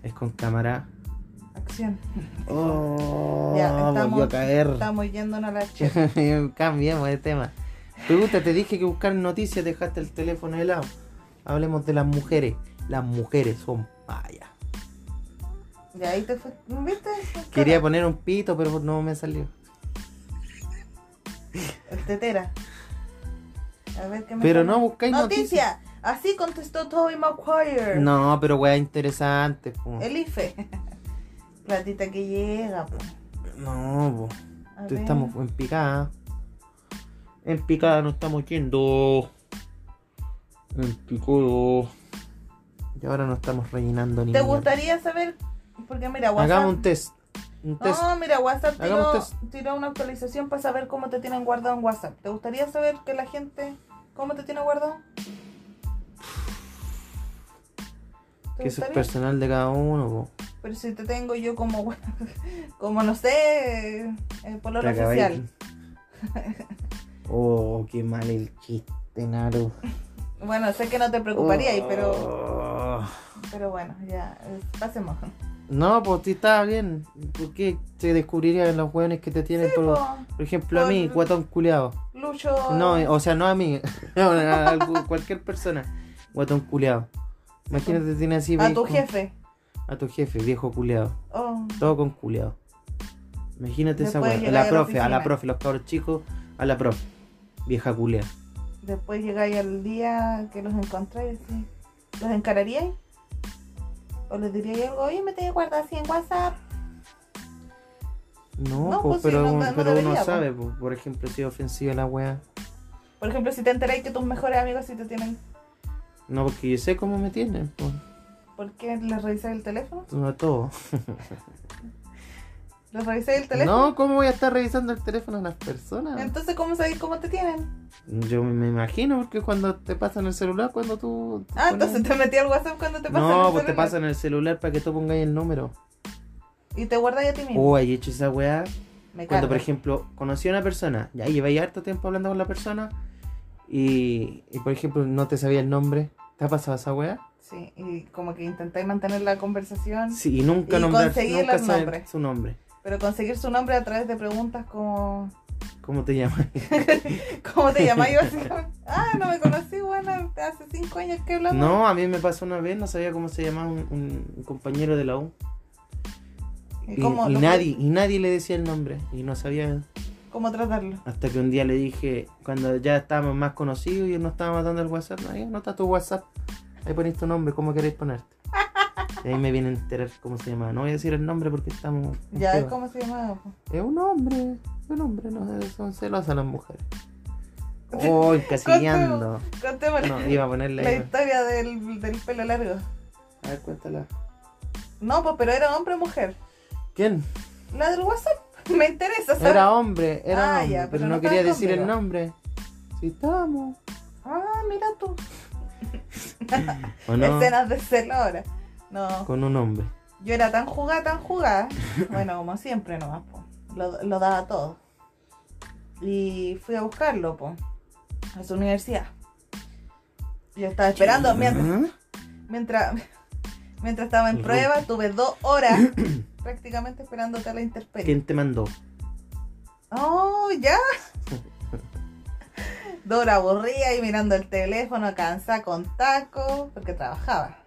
Speaker 1: es con cámara.
Speaker 2: acción.
Speaker 1: Oh,
Speaker 2: Ya,
Speaker 1: volvió a
Speaker 2: estamos-
Speaker 1: caer.
Speaker 2: Estamos yéndonos a la checa.
Speaker 1: *laughs* Cambiemos de tema. Pregunta, te dije que buscar noticias, dejaste el teléfono de lado. Hablemos de las mujeres. Las mujeres son payas.
Speaker 2: Y ahí te fue. ¿Viste?
Speaker 1: Quería poner un pito, pero no me salió.
Speaker 2: El tetera. A ver qué me
Speaker 1: Pero
Speaker 2: sale.
Speaker 1: no buscáis noticias.
Speaker 2: Noticia. Así contestó Toby Maguire.
Speaker 1: No, pero weá, interesante. po.
Speaker 2: El IFE. *laughs* Platita que llega, po.
Speaker 1: No, po.
Speaker 2: A
Speaker 1: Tú
Speaker 2: ver.
Speaker 1: estamos en picada. En picada nos estamos yendo. En picado. Y ahora no estamos rellenando ni
Speaker 2: ¿Te
Speaker 1: mierda.
Speaker 2: gustaría saber? Porque mira, WhatsApp.
Speaker 1: Hagamos un test. Un test.
Speaker 2: No, mira, WhatsApp tiró,
Speaker 1: Hagamos
Speaker 2: tiró una actualización para saber cómo te tienen guardado en WhatsApp. ¿Te gustaría saber que la gente, cómo te tiene guardado? ¿Te
Speaker 1: que eso es
Speaker 2: gustaría?
Speaker 1: personal de cada uno, po.
Speaker 2: Pero si te tengo yo como, *laughs* como no sé, eh, por lo
Speaker 1: Te acabáis-
Speaker 2: oficial.
Speaker 1: *laughs* Oh, qué mal el chiste, Naru.
Speaker 2: Bueno, sé que no te preocuparía,
Speaker 1: Uh.
Speaker 2: y pero,
Speaker 1: Oh.
Speaker 2: pero bueno, ya, eh, pasemos.
Speaker 1: No, pues sí está bien. ¿Por qué te descubrirían los hueones que te tienen por,
Speaker 2: Po,
Speaker 1: por ejemplo, a mí,
Speaker 2: por-
Speaker 1: guatón culeado?
Speaker 2: Oh, Lucho,
Speaker 1: No, oh, o sea, no a mí, *laughs* a algu- cualquier persona. Guatón culeado. Imagínate, tiene así.
Speaker 2: a
Speaker 1: viejo-
Speaker 2: tu jefe.
Speaker 1: A tu jefe, viejo culeado.
Speaker 2: Oh,
Speaker 1: Todo con culeado. Imagínate esa
Speaker 2: Después
Speaker 1: hueá. A
Speaker 2: llegáis
Speaker 1: la
Speaker 2: a la
Speaker 1: profe, a la
Speaker 2: oficina.
Speaker 1: profe, los cabros chicos, a la profe. Vieja culeada.
Speaker 2: después llegáis al día que los encontráis, así, ¿los encararíais? ¿O les diríais algo? Oye, me te guardado así en WhatsApp.
Speaker 1: No,
Speaker 2: No,
Speaker 1: po,
Speaker 2: pues sí,
Speaker 1: pero,
Speaker 2: no-
Speaker 1: un-
Speaker 2: no
Speaker 1: pero
Speaker 2: debería,
Speaker 1: uno
Speaker 2: po.
Speaker 1: sabe, po. por ejemplo, si es ofensiva la wea.
Speaker 2: Por ejemplo, si te enteráis que tus mejores amigos sí te tienen,
Speaker 1: No, porque yo sé cómo me tienen, po.
Speaker 2: ¿por qué les revisáis el teléfono?
Speaker 1: No a todo.
Speaker 2: ¿Lo revisé el teléfono?
Speaker 1: No, ¿cómo voy a estar revisando el teléfono de las personas?
Speaker 2: Entonces, ¿cómo sabéis cómo te tienen?
Speaker 1: Yo me imagino, porque cuando te pasan el celular, cuando tú. tú
Speaker 2: Ah,
Speaker 1: pones-
Speaker 2: entonces te metí al WhatsApp cuando te pasan el
Speaker 1: No, pues te
Speaker 2: celular.
Speaker 1: pasan el celular para que tú pongas el número.
Speaker 2: Y te guardas ya a ti mismo.
Speaker 1: Oh, hay hecho esa weá.
Speaker 2: Me
Speaker 1: Cuando,
Speaker 2: carga.
Speaker 1: por ejemplo, conocí a una persona, ya lleváis harto tiempo hablando con la persona y, y, por ejemplo, no te sabía el nombre. ¿Te ha pasado esa weá?
Speaker 2: Sí, y como que intentáis mantener la conversación,
Speaker 1: Sí, y nunca
Speaker 2: Y
Speaker 1: nombrar
Speaker 2: conseguí
Speaker 1: nunca
Speaker 2: los
Speaker 1: saber
Speaker 2: nombres.
Speaker 1: su nombre.
Speaker 2: pero conseguir su nombre a través de preguntas como... *laughs*
Speaker 1: ¿Cómo te llamas?
Speaker 2: ¿Cómo
Speaker 1: *laughs*
Speaker 2: te llamas? Yo así como, *laughs* ah, no me conocí, bueno, hace cinco años que hablamos.
Speaker 1: No, a mí me pasó una vez, no sabía cómo se llamaba un, un- un compañero de la U. Y,
Speaker 2: ¿Cómo,
Speaker 1: y
Speaker 2: no
Speaker 1: nadie, y nadie le decía el nombre. Y no sabía.
Speaker 2: puedes- ¿Cómo tratarlo?
Speaker 1: Hasta que un día le dije, cuando ya estábamos más conocidos y él nos estaba matando el WhatsApp, no, ahí anota tu WhatsApp. Ahí pones tu nombre, ¿cómo queréis ponerte? Y ahí me viene a enterar cómo se llama. No voy a decir el nombre porque estamos. en
Speaker 2: Ya,
Speaker 1: prueba.
Speaker 2: ¿cómo se llamaba? po?
Speaker 1: Es un hombre, es un hombre, no, son celosas las
Speaker 2: *laughs*
Speaker 1: mujeres. Oh, encasillando.
Speaker 2: Contemos
Speaker 1: No,
Speaker 2: *laughs* la-
Speaker 1: iba a
Speaker 2: la,
Speaker 1: ponerle. ahí.
Speaker 2: historia del, del pelo largo.
Speaker 1: A ver, cuéntala.
Speaker 2: No, pues, pero era hombre o mujer.
Speaker 1: ¿Quién?
Speaker 2: La del WhatsApp, *laughs* me interesa, ¿sabes?
Speaker 1: Era hombre, era
Speaker 2: Ah,
Speaker 1: hombre,
Speaker 2: ya,
Speaker 1: pero,
Speaker 2: pero
Speaker 1: no,
Speaker 2: no
Speaker 1: quería
Speaker 2: estaba
Speaker 1: decir el
Speaker 2: conmigo.
Speaker 1: nombre. Si estábamos.
Speaker 2: Ah, mira tú.
Speaker 1: ¿O no?
Speaker 2: Escenas de celo ahora. No,
Speaker 1: Con un hombre.
Speaker 2: yo era tan jugada, tan jugada. Bueno, como siempre nomás, po. Lo, lo daba todo. Y fui a buscarlo, po. A su universidad. Yo estaba esperando. Mientras,
Speaker 1: ¿Ah?
Speaker 2: mientras, mientras estaba en
Speaker 1: Ujú.
Speaker 2: prueba, tuve dos horas prácticamente esperándote a la intemperie.
Speaker 1: ¿Quién te mandó?
Speaker 2: ¡Oh, ya! Dora aburrida y mirando el teléfono, cansada con taco, porque trabajaba.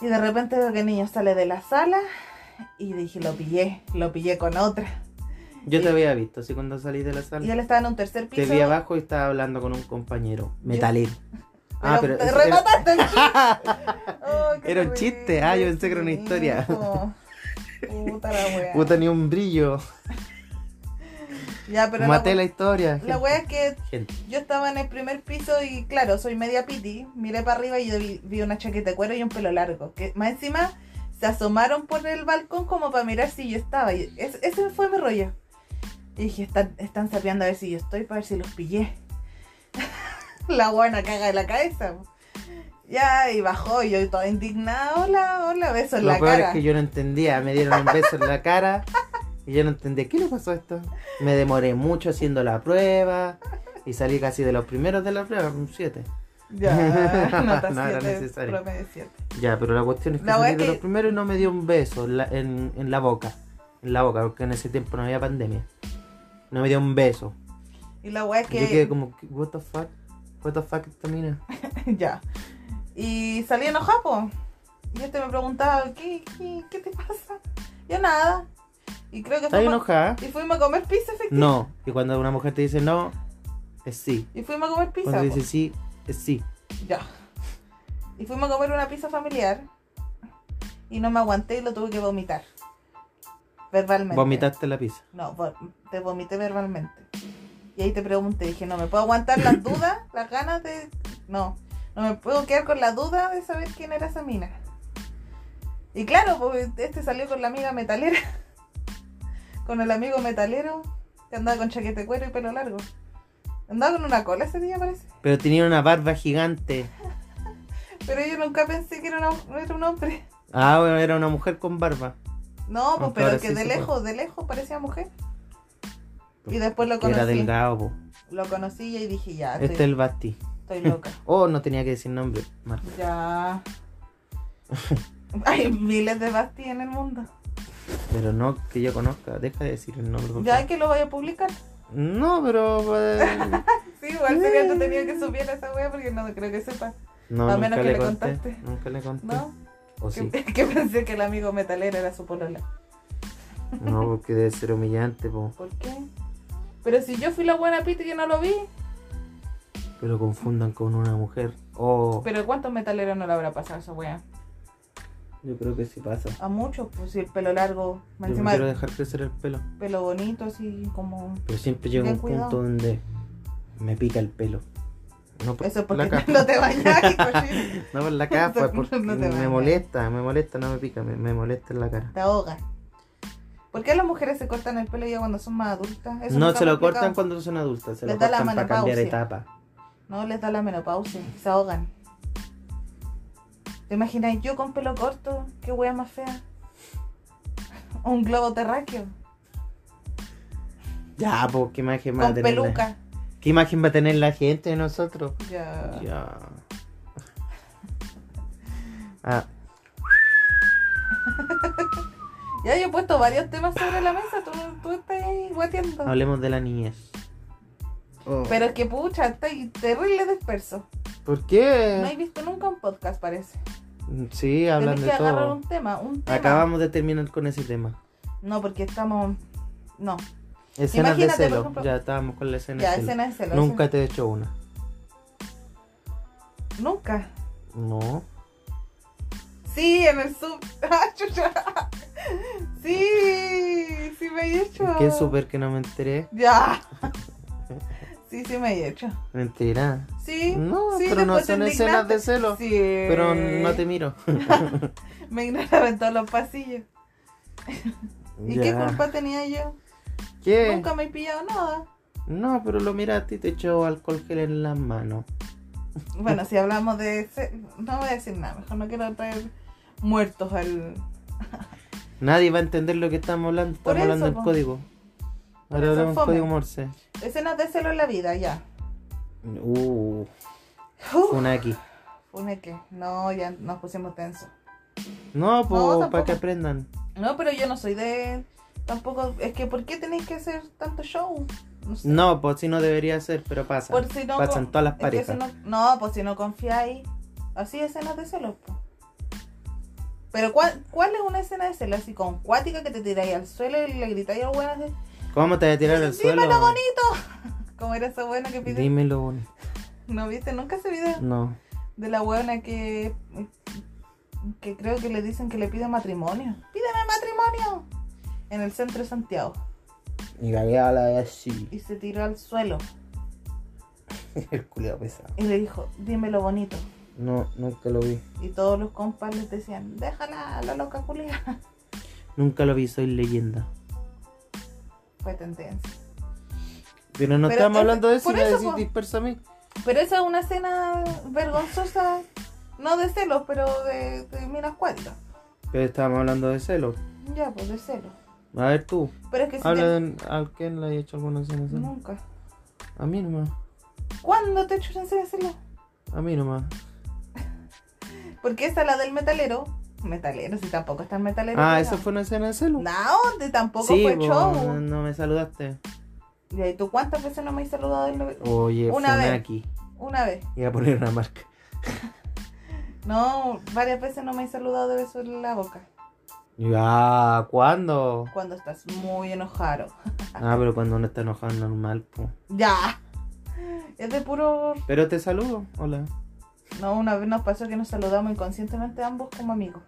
Speaker 2: Y de repente veo que el niño sale de la sala y dije, lo pillé, lo pillé con otra.
Speaker 1: Yo te había visto, así cuando salí de la sala.
Speaker 2: Y él estaba en un tercer
Speaker 1: Te
Speaker 2: piso.
Speaker 1: vi abajo y estaba hablando con un compañero metalero.
Speaker 2: pero te
Speaker 1: eso era-
Speaker 2: remataste el chiste. Oh, qué
Speaker 1: ah, *laughs* Era un chiste. Ah, yo pensé que era una historia.
Speaker 2: hijo. Puta la wea.
Speaker 1: puta ni un brillo.
Speaker 2: Ya, pero
Speaker 1: Maté la
Speaker 2: la,
Speaker 1: historia.
Speaker 2: wea- la wea es que
Speaker 1: Gente.
Speaker 2: Yo estaba en el primer piso y claro, soy media piti, miré para arriba y yo vi, vi una chaqueta de cuero y un pelo largo, que más encima se asomaron por el balcón como para mirar si yo estaba. Y es- ese fue mi rollo. Y dije, están, están sapeando a ver si yo estoy para ver si los pillé. *laughs* la buena caga de la cabeza. po. Ya, y bajó y yo toda indignada, hola, hola, beso en
Speaker 1: Lo
Speaker 2: la
Speaker 1: peor
Speaker 2: cara.
Speaker 1: es que yo no entendía. Me dieron un beso en la cara y yo no entendía. ¿Qué le pasó a esto? Me demoré mucho haciendo la prueba y salí casi de los primeros de la prueba, un 7.
Speaker 2: Ya, *laughs*
Speaker 1: *laughs*
Speaker 2: nota
Speaker 1: No era
Speaker 2: siete,
Speaker 1: necesario.
Speaker 2: promedio siete.
Speaker 1: Ya, pero la cuestión es que
Speaker 2: La wea
Speaker 1: salí de
Speaker 2: que-
Speaker 1: los primeros y no me dio un beso en la, en- en la boca. En la boca, porque en ese tiempo no había pandemia. No me dio un beso.
Speaker 2: Y la weá es que...
Speaker 1: Yo quedé como, ¿qué- ¿What the fuck? ¿What the fuck esta mina?
Speaker 2: *laughs* Ya. Y salí enojado. po. Y este me preguntaba, ¿qué, qué, qué te pasa? Yo nada. Y creo que
Speaker 1: ¿Estás
Speaker 2: fuimos,
Speaker 1: enojada?
Speaker 2: y fuimos a comer pizza, efectivamente.
Speaker 1: No. Y cuando una mujer te dice no, es sí.
Speaker 2: Y fuimos a comer pizza.
Speaker 1: Cuando
Speaker 2: po.
Speaker 1: dice sí, es sí.
Speaker 2: Ya. Y fuimos a comer una pizza familiar. Y no me aguanté y lo tuve que vomitar. Verbalmente.
Speaker 1: Vomitaste la pizza.
Speaker 2: No, vo- te vomité verbalmente. Y ahí te pregunté, dije, no, ¿me puedo
Speaker 1: *laughs*
Speaker 2: aguantar las dudas? Las ganas de... No, no me puedo quedar con la duda de saber quién era esa mina. Y claro, pues este salió con la amiga metalera. *laughs* Con el amigo metalero que andaba con chaquete de cuero y pelo largo. Andaba con una cola ese día, parece.
Speaker 1: Pero tenía una barba gigante.
Speaker 2: Pero yo nunca pensé que era, una- era un hombre.
Speaker 1: Ah, bueno, era una mujer con barba.
Speaker 2: No, pues,
Speaker 1: Aunque ahora
Speaker 2: pero
Speaker 1: sí
Speaker 2: que de
Speaker 1: se puede.
Speaker 2: lejos, de lejos parecía mujer. Y después lo
Speaker 1: Que era
Speaker 2: conocí. Ah,
Speaker 1: delgado, po.
Speaker 2: Lo conocí y dije, ya,
Speaker 1: Este
Speaker 2: estoy,
Speaker 1: es el Basti.
Speaker 2: estoy loca. *laughs*
Speaker 1: Oh, no tenía que decir nombre. Mar- *laughs*
Speaker 2: Ya. Hay miles de Basti en el mundo.
Speaker 1: Pero no que yo conozca. Deja de decir el nombre. por
Speaker 2: Ya
Speaker 1: favor.
Speaker 2: hay que lo vaya a publicar.
Speaker 1: No, pero.
Speaker 2: *laughs*
Speaker 1: eh,
Speaker 2: Sí, igual sería entretenido que subiera esa wea porque no creo que sepa.
Speaker 1: No,
Speaker 2: A
Speaker 1: nunca
Speaker 2: menos que
Speaker 1: le
Speaker 2: le
Speaker 1: conté.
Speaker 2: contaste.
Speaker 1: Nunca le conté.
Speaker 2: ¿No?
Speaker 1: O sí.
Speaker 2: *laughs* Que, que pensé que el amigo metalero era su polola.
Speaker 1: No, porque debe ser humillante, po.
Speaker 2: ¿Por qué? Pero si yo fui la buena pita y que no lo vi.
Speaker 1: Que lo confundan con una mujer. Oh,
Speaker 2: Pero ¿cuántos metaleros no le habrá pasado a esa wea?
Speaker 1: yo creo que sí pasa.
Speaker 2: A muchos, pues si el pelo largo,
Speaker 1: Yo
Speaker 2: más encima
Speaker 1: me quiero
Speaker 2: el
Speaker 1: dejar crecer el pelo.
Speaker 2: pelo bonito, así como.
Speaker 1: Pero siempre llega
Speaker 2: Ten
Speaker 1: un
Speaker 2: cuidado.
Speaker 1: punto donde me pica el pelo. No por
Speaker 2: Eso es
Speaker 1: la
Speaker 2: porque
Speaker 1: capa. *laughs*
Speaker 2: *laughs* no te bañas, cochino. *laughs*
Speaker 1: No por la capa,
Speaker 2: No,
Speaker 1: porque
Speaker 2: no te
Speaker 1: me
Speaker 2: bañas.
Speaker 1: molesta, me molesta, no me pica, me, me molesta en la cara.
Speaker 2: Te ahoga. ¿Por qué las mujeres se cortan el pelo ya cuando son más adultas? Eso
Speaker 1: no
Speaker 2: nunca
Speaker 1: se
Speaker 2: me
Speaker 1: lo
Speaker 2: he explicado.
Speaker 1: cortan cuando son adultas, se lo
Speaker 2: Les da la
Speaker 1: cortan para cambiar
Speaker 2: menopausia.
Speaker 1: etapa.
Speaker 2: No, les da la menopausia, se ahogan. ¿Te imaginas yo con pelo corto? ¿Qué wea más fea? *laughs* Un globo terráqueo.
Speaker 1: Ya, pues, ¿qué imagen va a
Speaker 2: Con
Speaker 1: tener? la-
Speaker 2: peluca.
Speaker 1: ¿Qué imagen va a tener la gente de nosotros?
Speaker 2: Ya.
Speaker 1: Ya. Ah,
Speaker 2: Ya yo he puesto varios temas sobre la mesa, tú, tú estás ahí guateando.
Speaker 1: hablemos de la niñez. Oh,
Speaker 2: Pero es que pucha, estoy terrible disperso.
Speaker 1: ¿Por
Speaker 2: No
Speaker 1: qué?
Speaker 2: he visto nunca un podcast, parece.
Speaker 1: Sí, hablan de
Speaker 2: Tenés que agarrar
Speaker 1: todo.
Speaker 2: un tema, un tema.
Speaker 1: Acabamos de terminar con ese tema.
Speaker 2: No, porque estamos. No,
Speaker 1: Escenas de
Speaker 2: Imagínate, por
Speaker 1: celo.
Speaker 2: ejemplo-
Speaker 1: Ya estábamos con la escena
Speaker 2: ya,
Speaker 1: de celo.
Speaker 2: escena de celos.
Speaker 1: Nunca te he hecho una.
Speaker 2: Nunca.
Speaker 1: No.
Speaker 2: Sí, en el sub. *laughs* Ah, chucha. sí, sí me he hecho.
Speaker 1: Qué súper que no me enteré.
Speaker 2: Ya. Sí, sí me he hecho.
Speaker 1: Mentira.
Speaker 2: Sí.
Speaker 1: No,
Speaker 2: sí,
Speaker 1: pero no
Speaker 2: después te
Speaker 1: son escenas de
Speaker 2: indignaste.
Speaker 1: celo.
Speaker 2: Sí.
Speaker 1: Pero no te miro.
Speaker 2: Me ignoraba en todos los pasillos. ¿Y qué
Speaker 1: Ya.
Speaker 2: culpa tenía yo?
Speaker 1: ¿Qué?
Speaker 2: Nunca me he pillado nada.
Speaker 1: No, pero lo miraste y te echó alcohol gel en las manos.
Speaker 2: Bueno, si hablamos de... ese- No voy a decir nada, mejor no quiero traer muertos al...
Speaker 1: Nadie va a entender lo que estamos hablando.
Speaker 2: Por
Speaker 1: Estamos hablando
Speaker 2: eso,
Speaker 1: en
Speaker 2: po.
Speaker 1: código.
Speaker 2: Por
Speaker 1: Ahora
Speaker 2: eso,
Speaker 1: hablamos en
Speaker 2: fome.
Speaker 1: código Morse.
Speaker 2: Escenas de celo en la vida, ya.
Speaker 1: Uh,
Speaker 2: Uf,
Speaker 1: Funaki.
Speaker 2: Fune que... No, ya nos pusimos tensos.
Speaker 1: No, pues
Speaker 2: tampoco.
Speaker 1: para que aprendan.
Speaker 2: No, pero yo no soy de... Tampoco... Es que ¿por qué tenéis que hacer tanto show? No sé.
Speaker 1: No, pues si no debería ser, pero pasa.
Speaker 2: Por si no
Speaker 1: Pasan
Speaker 2: con-
Speaker 1: todas las
Speaker 2: es que
Speaker 1: parejas.
Speaker 2: si no, no, pues si no confiáis. Así escenas de celos, po. Pero ¿cuál, ¿cuál es una escena de celos así con cuática que te tiráis al suelo y le gritáis al bueno así?
Speaker 1: ¿Cómo te vas a tirar al suelo?
Speaker 2: ¡Dímelo bonito! Como era esa buena que pidió.
Speaker 1: Dímelo bonito.
Speaker 2: ¿No viste nunca ese video?
Speaker 1: No.
Speaker 2: De la buena que. que creo que le dicen que le pide matrimonio. ¡Pídeme matrimonio! En el centro de Santiago.
Speaker 1: Y la vida habla así.
Speaker 2: Y se tiró al suelo.
Speaker 1: *laughs* El culiao pesado.
Speaker 2: Y le dijo, dímelo bonito.
Speaker 1: No, nunca lo vi.
Speaker 2: Y todos los compas les decían, déjala, la loca culia. *laughs*
Speaker 1: Nunca lo vi, soy leyenda.
Speaker 2: Fue tendencia.
Speaker 1: Pero no
Speaker 2: Pero
Speaker 1: estábamos
Speaker 2: es-
Speaker 1: hablando de eso,
Speaker 2: por
Speaker 1: y me
Speaker 2: eso,
Speaker 1: decís
Speaker 2: po.
Speaker 1: disperso a mí.
Speaker 2: Pero esa es una escena vergonzosa. No de celos, pero de, de minas cuáticas.
Speaker 1: Pero estábamos hablando de celo.
Speaker 2: Ya, pues de celos.
Speaker 1: A ver tú,
Speaker 2: Pero es que si
Speaker 1: habla
Speaker 2: te-
Speaker 1: de al que le he hecho alguna escena de celo.
Speaker 2: *laughs* Nunca.
Speaker 1: A mí nomás,
Speaker 2: ¿Cuándo te echan de celos?
Speaker 1: a mí nomás.
Speaker 2: Porque esa la del metalero. Metalero, si tampoco está el metalero.
Speaker 1: ah,
Speaker 2: no.
Speaker 1: ¿eso fue una escena de celo?
Speaker 2: No, de tampoco
Speaker 1: sí,
Speaker 2: fue
Speaker 1: po,
Speaker 2: show.
Speaker 1: no me saludaste.
Speaker 2: Y ahí, tú cuántas veces no me has saludado en lo-
Speaker 1: Oye,
Speaker 2: Una vez.
Speaker 1: Funaki.
Speaker 2: una vez.
Speaker 1: Iba a poner una marca.
Speaker 2: No, varias veces no me has saludado de beso en la boca.
Speaker 1: Ya, ah, ¿cuándo?
Speaker 2: Cuando estás muy enojado.
Speaker 1: Ah, pero cuando uno está enojado es normal, po.
Speaker 2: Ya. Es de puro.
Speaker 1: Pero te saludo, hola.
Speaker 2: No, una vez nos pasó que nos saludamos inconscientemente ambos como amigos.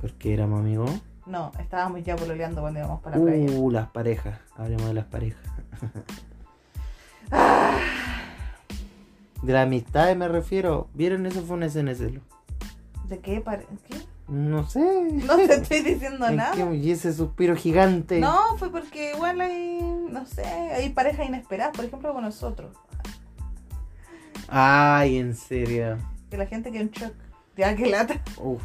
Speaker 1: Porque éramos amigos.
Speaker 2: No, estábamos ya pololeando cuando íbamos para la playa.
Speaker 1: Uh, las parejas. Hablemos de las parejas.
Speaker 2: *laughs* Ah.
Speaker 1: de las amistades me refiero. ¿Vieron eso fue una escena de celo?
Speaker 2: ¿De qué? pare- ¿Qué?
Speaker 1: No sé.
Speaker 2: No
Speaker 1: *laughs*
Speaker 2: te estoy diciendo
Speaker 1: Es
Speaker 2: nada.
Speaker 1: que- y ese suspiro gigante.
Speaker 2: No, fue porque igual hay, no sé, hay parejas inesperadas, por ejemplo, con nosotros.
Speaker 1: Ay, en serio.
Speaker 2: Que la gente queda en shock. Ya, que lata.
Speaker 1: Uf.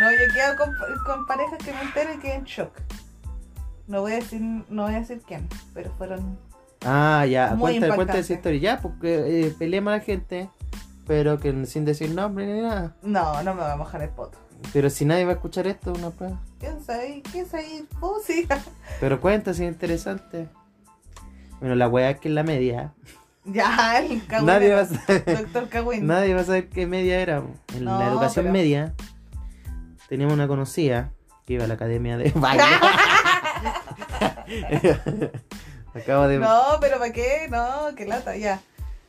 Speaker 2: No, yo quedo con, con parejas que me entero y quedan en shock. No voy a decir, no voy a decir quién, pero fueron.
Speaker 1: Ah, ya.
Speaker 2: Muy
Speaker 1: Cuenta, cuenta
Speaker 2: impactante.
Speaker 1: esa historia. Ya, porque eh, peleamos a la gente, pero que sin decir nombre ni nada.
Speaker 2: No, no me va a mojar el poto.
Speaker 1: Pero si nadie va a escuchar esto, una prueba.
Speaker 2: ¿Quién sabéis? ¿Quién sabéis? Vos Oh, sí. *laughs*
Speaker 1: Pero cuenta, si es interesante. Bueno, la weá es que en la media.
Speaker 2: Ya, el cagüín.
Speaker 1: Nadie va a
Speaker 2: *laughs*
Speaker 1: saber.
Speaker 2: Doctor Cagüín.
Speaker 1: Nadie va a saber qué media era. En
Speaker 2: No,
Speaker 1: la educación
Speaker 2: pero-
Speaker 1: media teníamos una conocida que iba a la academia
Speaker 2: *laughs*
Speaker 1: de baile. Acabo de
Speaker 2: No, pero ¿para qué? No, que lata, ya.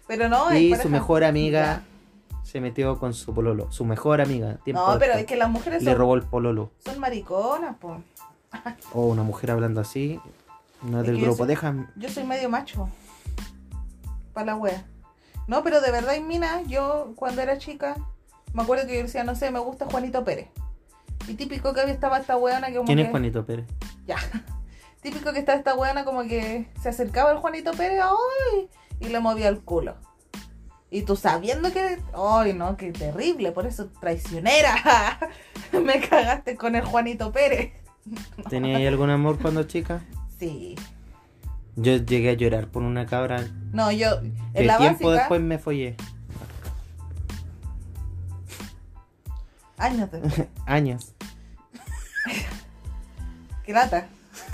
Speaker 2: Pero no, hay
Speaker 1: y su
Speaker 2: parejas-
Speaker 1: mejor amiga se metió con su pololo. Su mejor amiga.
Speaker 2: Ya.
Speaker 1: tiempo
Speaker 2: No, pero
Speaker 1: después.
Speaker 2: es que las mujeres
Speaker 1: le
Speaker 2: son,
Speaker 1: robó el pololo.
Speaker 2: son mariconas, po.
Speaker 1: O una mujer hablando así. No es
Speaker 2: Es
Speaker 1: del
Speaker 2: que yo
Speaker 1: grupo.
Speaker 2: soy-
Speaker 1: Deja.
Speaker 2: Yo soy medio macho. Para la wea. No, pero de verdad, en mina, yo cuando era chica, me acuerdo que yo decía, no sé, me gusta Juanito Pérez. Y típico que había estaba esta weona que como
Speaker 1: ¿Quién
Speaker 2: que...
Speaker 1: es Juanito
Speaker 2: *laughs*
Speaker 1: Pérez?
Speaker 2: Ya. Típico que estaba esta weona como que se acercaba al Juanito Pérez ¡ay! y le movía el culo. Y tú sabiendo que... ¡Ay, no! ¡Qué terrible! Por eso, traicionera. *laughs* Me cagaste con el Juanito Pérez.
Speaker 1: ¿Tenía ahí algún amor cuando chica?
Speaker 2: Sí.
Speaker 1: Yo llegué a llorar por una cabra.
Speaker 2: No, yo...
Speaker 1: Que
Speaker 2: En la
Speaker 1: tiempo
Speaker 2: básica...
Speaker 1: después me follé.
Speaker 2: Años después.
Speaker 1: Años. *laughs*
Speaker 2: ¡Qué lata!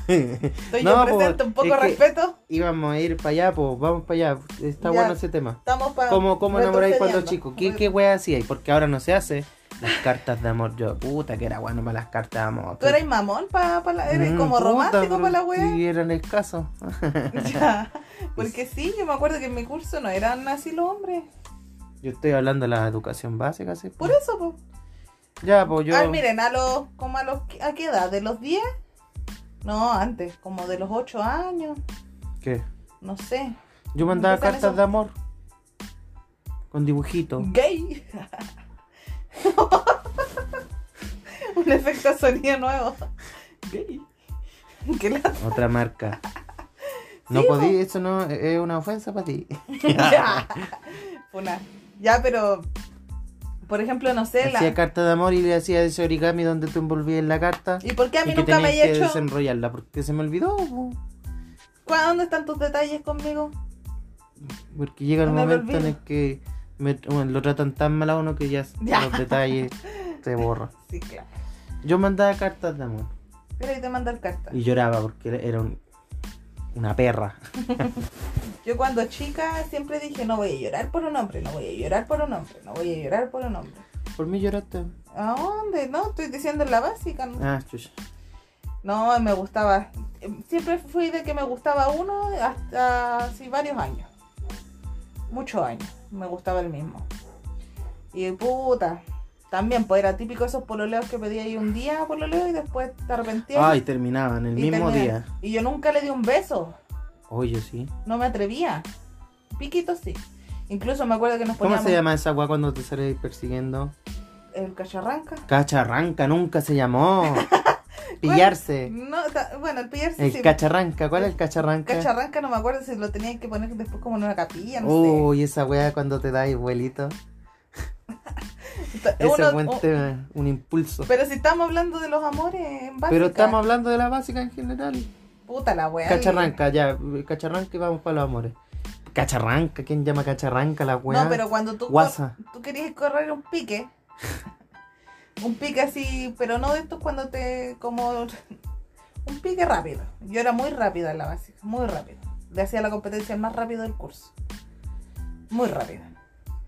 Speaker 2: Estoy
Speaker 1: No,
Speaker 2: yo
Speaker 1: po,
Speaker 2: presente, un poco
Speaker 1: es que-
Speaker 2: respeto.
Speaker 1: Íbamos a ir para allá, pues vamos para allá. Está
Speaker 2: Ya.
Speaker 1: bueno ese tema.
Speaker 2: Estamos para...
Speaker 1: ¿Cómo, cómo enamoráis cuando
Speaker 2: retrocediendo.
Speaker 1: chico? ¿Qué, qué wea hacíais? Porque ahora no se hace. Las cartas de amor, yo, puta, que era bueno para las cartas de amor.
Speaker 2: ¿Tú eres mamón para la... ¿Eres
Speaker 1: Mm,
Speaker 2: como
Speaker 1: puta,
Speaker 2: romántico
Speaker 1: pero
Speaker 2: para la wea?
Speaker 1: Sí, eran escasos.
Speaker 2: *laughs*
Speaker 1: *laughs*
Speaker 2: Ya, porque sí, yo me acuerdo que en mi curso no eran así los hombres.
Speaker 1: Yo estoy hablando de la educación básica, sí. po.
Speaker 2: Por eso, pues.
Speaker 1: Ya, pues Mm. yo.
Speaker 2: Ah, miren, a los, como a los, ¿a qué edad? ¿De los 10? No, antes, como de los 8 años,
Speaker 1: ¿Qué?
Speaker 2: no sé.
Speaker 1: Yo mandaba
Speaker 2: Empezaron
Speaker 1: cartas
Speaker 2: esos-
Speaker 1: de amor. Con
Speaker 2: *laughs*
Speaker 1: dibujitos.
Speaker 2: Gay. Un efecto sonido nuevo. Gay. Qué
Speaker 1: *laughs*
Speaker 2: lata.
Speaker 1: Otra marca. No
Speaker 2: Sí,
Speaker 1: podí, eso no es una ofensa para
Speaker 2: *laughs*
Speaker 1: ti.
Speaker 2: Ya. Una. Ya, pero, por ejemplo, no sé, la...
Speaker 1: Hacía carta de amor y le hacía ese origami donde tú envolvías la carta.
Speaker 2: ¿Y por qué a mí
Speaker 1: y que
Speaker 2: nunca me
Speaker 1: tenías
Speaker 2: haya
Speaker 1: que
Speaker 2: hecho?
Speaker 1: desenrollarla porque se me olvidó. po.
Speaker 2: ¿Cuá- ¿Dónde están tus detalles conmigo?
Speaker 1: Porque llega el
Speaker 2: No me lo
Speaker 1: momento en el
Speaker 2: olvido.
Speaker 1: que me- bueno, lo tratan tan mal a uno que
Speaker 2: *laughs*
Speaker 1: ya,
Speaker 2: Ya.
Speaker 1: los detalles se borran.
Speaker 2: Sí, claro.
Speaker 1: Yo mandaba cartas de amor
Speaker 2: Pero ahí te mandar cartas.
Speaker 1: y lloraba porque era un- una perra.
Speaker 2: Yo cuando chica siempre dije, no voy a llorar por un hombre, no voy a llorar por un hombre, no voy a llorar por un hombre.
Speaker 1: Por mí lloraste.
Speaker 2: ¿A dónde? No, estoy diciendo la básica. No,
Speaker 1: Ah, chucha.
Speaker 2: No, me gustaba. Siempre fui de que me gustaba uno hasta sí, varios años. Muchos años. Me gustaba el mismo. Y puta. También, pues era típico esos pololeos que pedía ahí un día pololeo y después te arrepentías.
Speaker 1: Ay, terminaban el
Speaker 2: y
Speaker 1: mismo
Speaker 2: terminaba.
Speaker 1: día.
Speaker 2: Y yo nunca le di un beso.
Speaker 1: Oye, sí.
Speaker 2: No me atrevía. Piquito sí. Incluso me acuerdo que nos
Speaker 1: ¿Cómo
Speaker 2: poníamos
Speaker 1: se llama esa weá cuando te sales persiguiendo?
Speaker 2: el cacharranca.
Speaker 1: Cacharranca, nunca se
Speaker 2: *laughs*
Speaker 1: llamó. Pillarse.
Speaker 2: No, ta- bueno, el pillarse sí.
Speaker 1: El cacharranca, ¿cuál es el cacharranca?
Speaker 2: Cacharranca no me acuerdo si lo tenían que poner después como en una capilla, no
Speaker 1: Uy, esa weá cuando te da vuelito.
Speaker 2: sé. Ta-
Speaker 1: Ese
Speaker 2: uno-
Speaker 1: buen
Speaker 2: un-
Speaker 1: tema, un impulso.
Speaker 2: pero si estamos hablando de los amores en básica.
Speaker 1: Pero estamos hablando de la básica en general.
Speaker 2: Puta la wea.
Speaker 1: Cacharranca, ya, cacharranca y vamos para los amores. Cacharranca, ¿quién llama cacharranca la weá?
Speaker 2: No, pero cuando tú, cor-
Speaker 1: Guasa.
Speaker 2: tú querías correr un
Speaker 1: *laughs*
Speaker 2: pique. un pique así, pero no de estos cuando te como un pique rápido. Yo era muy rápida en la básica, muy rápida. Le hacía la competencia más rápido del curso. Muy rápida.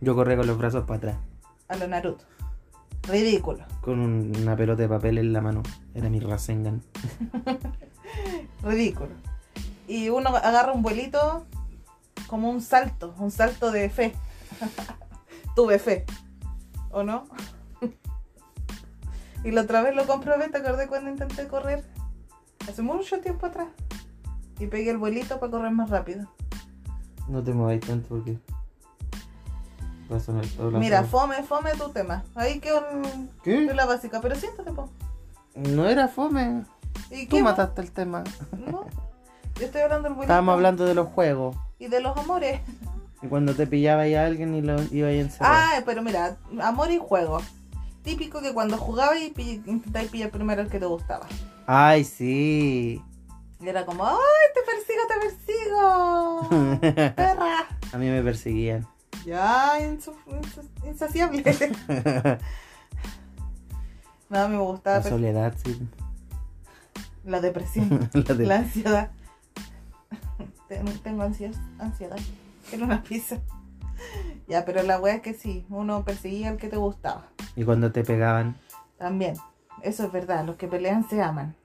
Speaker 1: Yo corría con los brazos para atrás,
Speaker 2: A lo Naruto. Ridículo.
Speaker 1: con un- una pelota de papel en la mano. Era mi Rasengan.
Speaker 2: ridículo. Y uno agarra un vuelito como un salto, un salto de fe. *laughs* Tuve fe, ¿o no? *laughs* y la otra vez lo comprobé, te acordé cuando intenté correr, hace mucho tiempo atrás. Y pegué el vuelito para correr más rápido.
Speaker 1: No te mováis tanto porque. va a sonar todo la-
Speaker 2: Mira, fome, fome tu tema. Ahí quedó el-
Speaker 1: ¿Qué?
Speaker 2: la básica, pero siéntate, po.
Speaker 1: No era fome.
Speaker 2: ¿Y
Speaker 1: Tú
Speaker 2: qué más?
Speaker 1: mataste el tema.
Speaker 2: No, Yo estoy hablando del vuelito.
Speaker 1: Estábamos hablando de los juegos.
Speaker 2: Y de los amores.
Speaker 1: Y cuando te pillabas a alguien y lo ibas a encerrar.
Speaker 2: Ah, pero mira, amor y juego. Típico que cuando jugabas y pi- intentabas pillar primero el que te gustaba.
Speaker 1: Ay, sí. *laughs*
Speaker 2: Y era como, ¡ay, te persigo, te
Speaker 1: *laughs*
Speaker 2: persigo!
Speaker 1: a
Speaker 2: ¡Perra!
Speaker 1: mí me perseguían.
Speaker 2: Ya, insu- insu-
Speaker 1: *laughs*
Speaker 2: insaciable. No, a mí me gustaba
Speaker 1: La
Speaker 2: pers-
Speaker 1: soledad, sí.
Speaker 2: la depresión,
Speaker 1: *laughs* La de-
Speaker 2: la ansiedad. *laughs* Ten- Tengo ansias- ansiedad. Quiero una pizza. Ya, pero la wea es que sí, uno perseguía al que te gustaba.
Speaker 1: Y cuando te pegaban.
Speaker 2: También, eso es verdad, los que pelean se aman.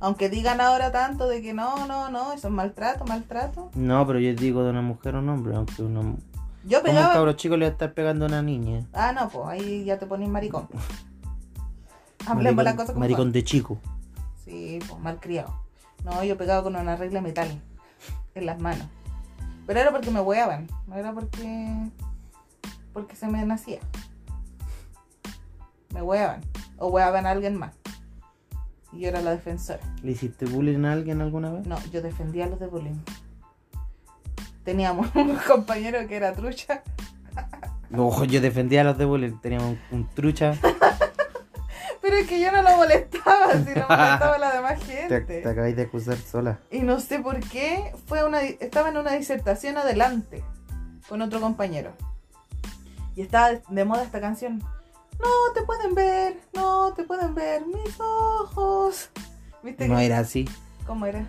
Speaker 2: Aunque digan ahora tanto de que no, no, no, eso es maltrato, maltrato.
Speaker 1: No, pero yo digo de una mujer a un hombre, aunque uno.
Speaker 2: Yo
Speaker 1: Como un
Speaker 2: pegaba.
Speaker 1: cabro chico le va a estar pegando a una niña.
Speaker 2: Ah, no, pues ahí ya te
Speaker 1: *laughs*
Speaker 2: pones maricón. Hablemos
Speaker 1: Maricón-
Speaker 2: las cosas como
Speaker 1: Maricón de chico.
Speaker 2: son. Sí, pues malcriado. No, yo pegaba con una regla de metal en las manos. Pero era porque me hueaban, no era porque porque se me nacía. me huevan. O huevan a alguien más. Y yo era la defensora.
Speaker 1: ¿Le hiciste bullying a alguien alguna vez?
Speaker 2: No, yo defendía a los de bullying. Teníamos *laughs* un compañero que era trucha.
Speaker 1: Ojo, yo defendía a los de bullying. Teníamos un, un trucha.
Speaker 2: Pero es que yo no lo molestaba, si no molestaba a la
Speaker 1: *laughs*
Speaker 2: demás
Speaker 1: Te,
Speaker 2: gente.
Speaker 1: te acabáis de acusar sola.
Speaker 2: Y no sé por qué, fue una, estaba en una disertación adelante con otro compañero. Y estaba de- de moda esta canción. No te pueden ver, no te pueden ver mis ojos. ¿Viste
Speaker 1: No
Speaker 2: que-
Speaker 1: era así.
Speaker 2: cómo era?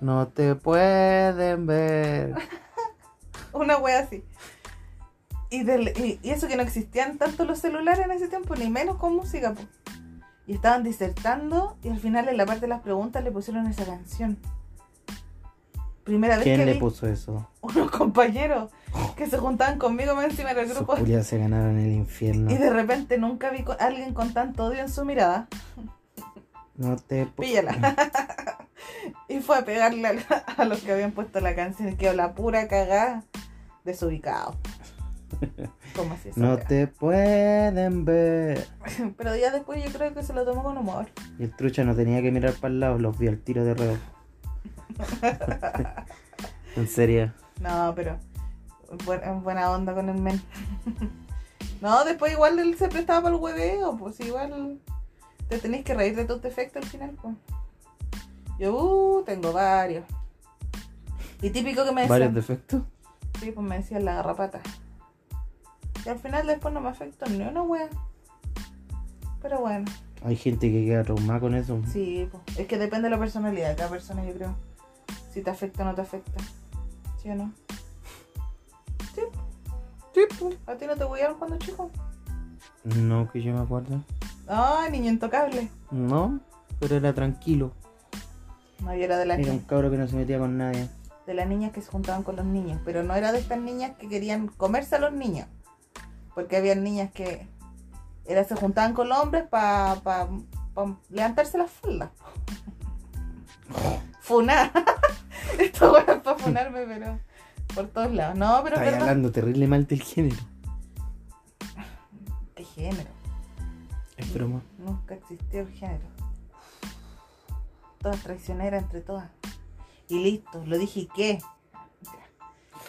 Speaker 1: No te pueden
Speaker 2: *laughs*
Speaker 1: ver.
Speaker 2: Una wea así. Y, del- y- y eso que no existían tanto los celulares en ese tiempo, ni menos con música. po. Y estaban disertando y al final en la parte de las preguntas le pusieron esa canción. Primera vez que
Speaker 1: ¿Quién le
Speaker 2: vi-
Speaker 1: puso eso?
Speaker 2: unos compañeros que se juntaban conmigo más encima del
Speaker 1: Sus
Speaker 2: grupo
Speaker 1: culiados se ganaron el infierno.
Speaker 2: y de repente nunca vi con- alguien con tanto odio en su mirada.
Speaker 1: No te pu-
Speaker 2: Píllala. *laughs* y fue a pegarle a, la- a los que habían puesto la canción que habla pura cagada
Speaker 1: *laughs*
Speaker 2: desubicado. ¿Cómo así? esa
Speaker 1: No
Speaker 2: wea?
Speaker 1: te pueden ver.
Speaker 2: *laughs* Pero ya después yo creo que se lo tomó con humor.
Speaker 1: Y el trucha no tenía que mirar para el lado, los vio al tiro de
Speaker 2: *laughs*
Speaker 1: reo. en serio.
Speaker 2: No, pero bu- en buena onda con el men. *laughs* no, después igual él se prestaba para el hueveo, pues igual te tenés que reír de tus defectos al final, pues. Yo uh, tengo varios. Y típico que me
Speaker 1: ¿Varios
Speaker 2: decían,
Speaker 1: defectos?
Speaker 2: sí, pues me decían la garrapata. Y al final después no me afectó ni una wea. Pero bueno,
Speaker 1: Hay gente que queda traumada con eso.
Speaker 2: sí, pues. Es que depende de la personalidad de cada persona, yo creo. Si te afecta o no te afecta. ¿Sí o no? Sí. Sí, pues. ¿A ti no te huearon cuando chico?
Speaker 1: No, que yo me acuerdo.
Speaker 2: Ah, niño intocable.
Speaker 1: No, pero era tranquilo.
Speaker 2: No, yo era de la
Speaker 1: Era un cabro que no se metía con nadie.
Speaker 2: de las niñas que se juntaban con los niños, pero no era de estas niñas que querían comerse a los niños, porque había niñas que era, se juntaban con los hombres para pa, pa levantarse las *laughs* faldas. Funar. *laughs* Esto bueno es para funarme, pero por todos lados. No, pero es
Speaker 1: Estaba
Speaker 2: verdad.
Speaker 1: hablando terrible mal del género.
Speaker 2: ¿Qué género?
Speaker 1: Es broma.
Speaker 2: Nunca existió el género. Todas traicioneras entre todas. Y listo, lo dije y qué.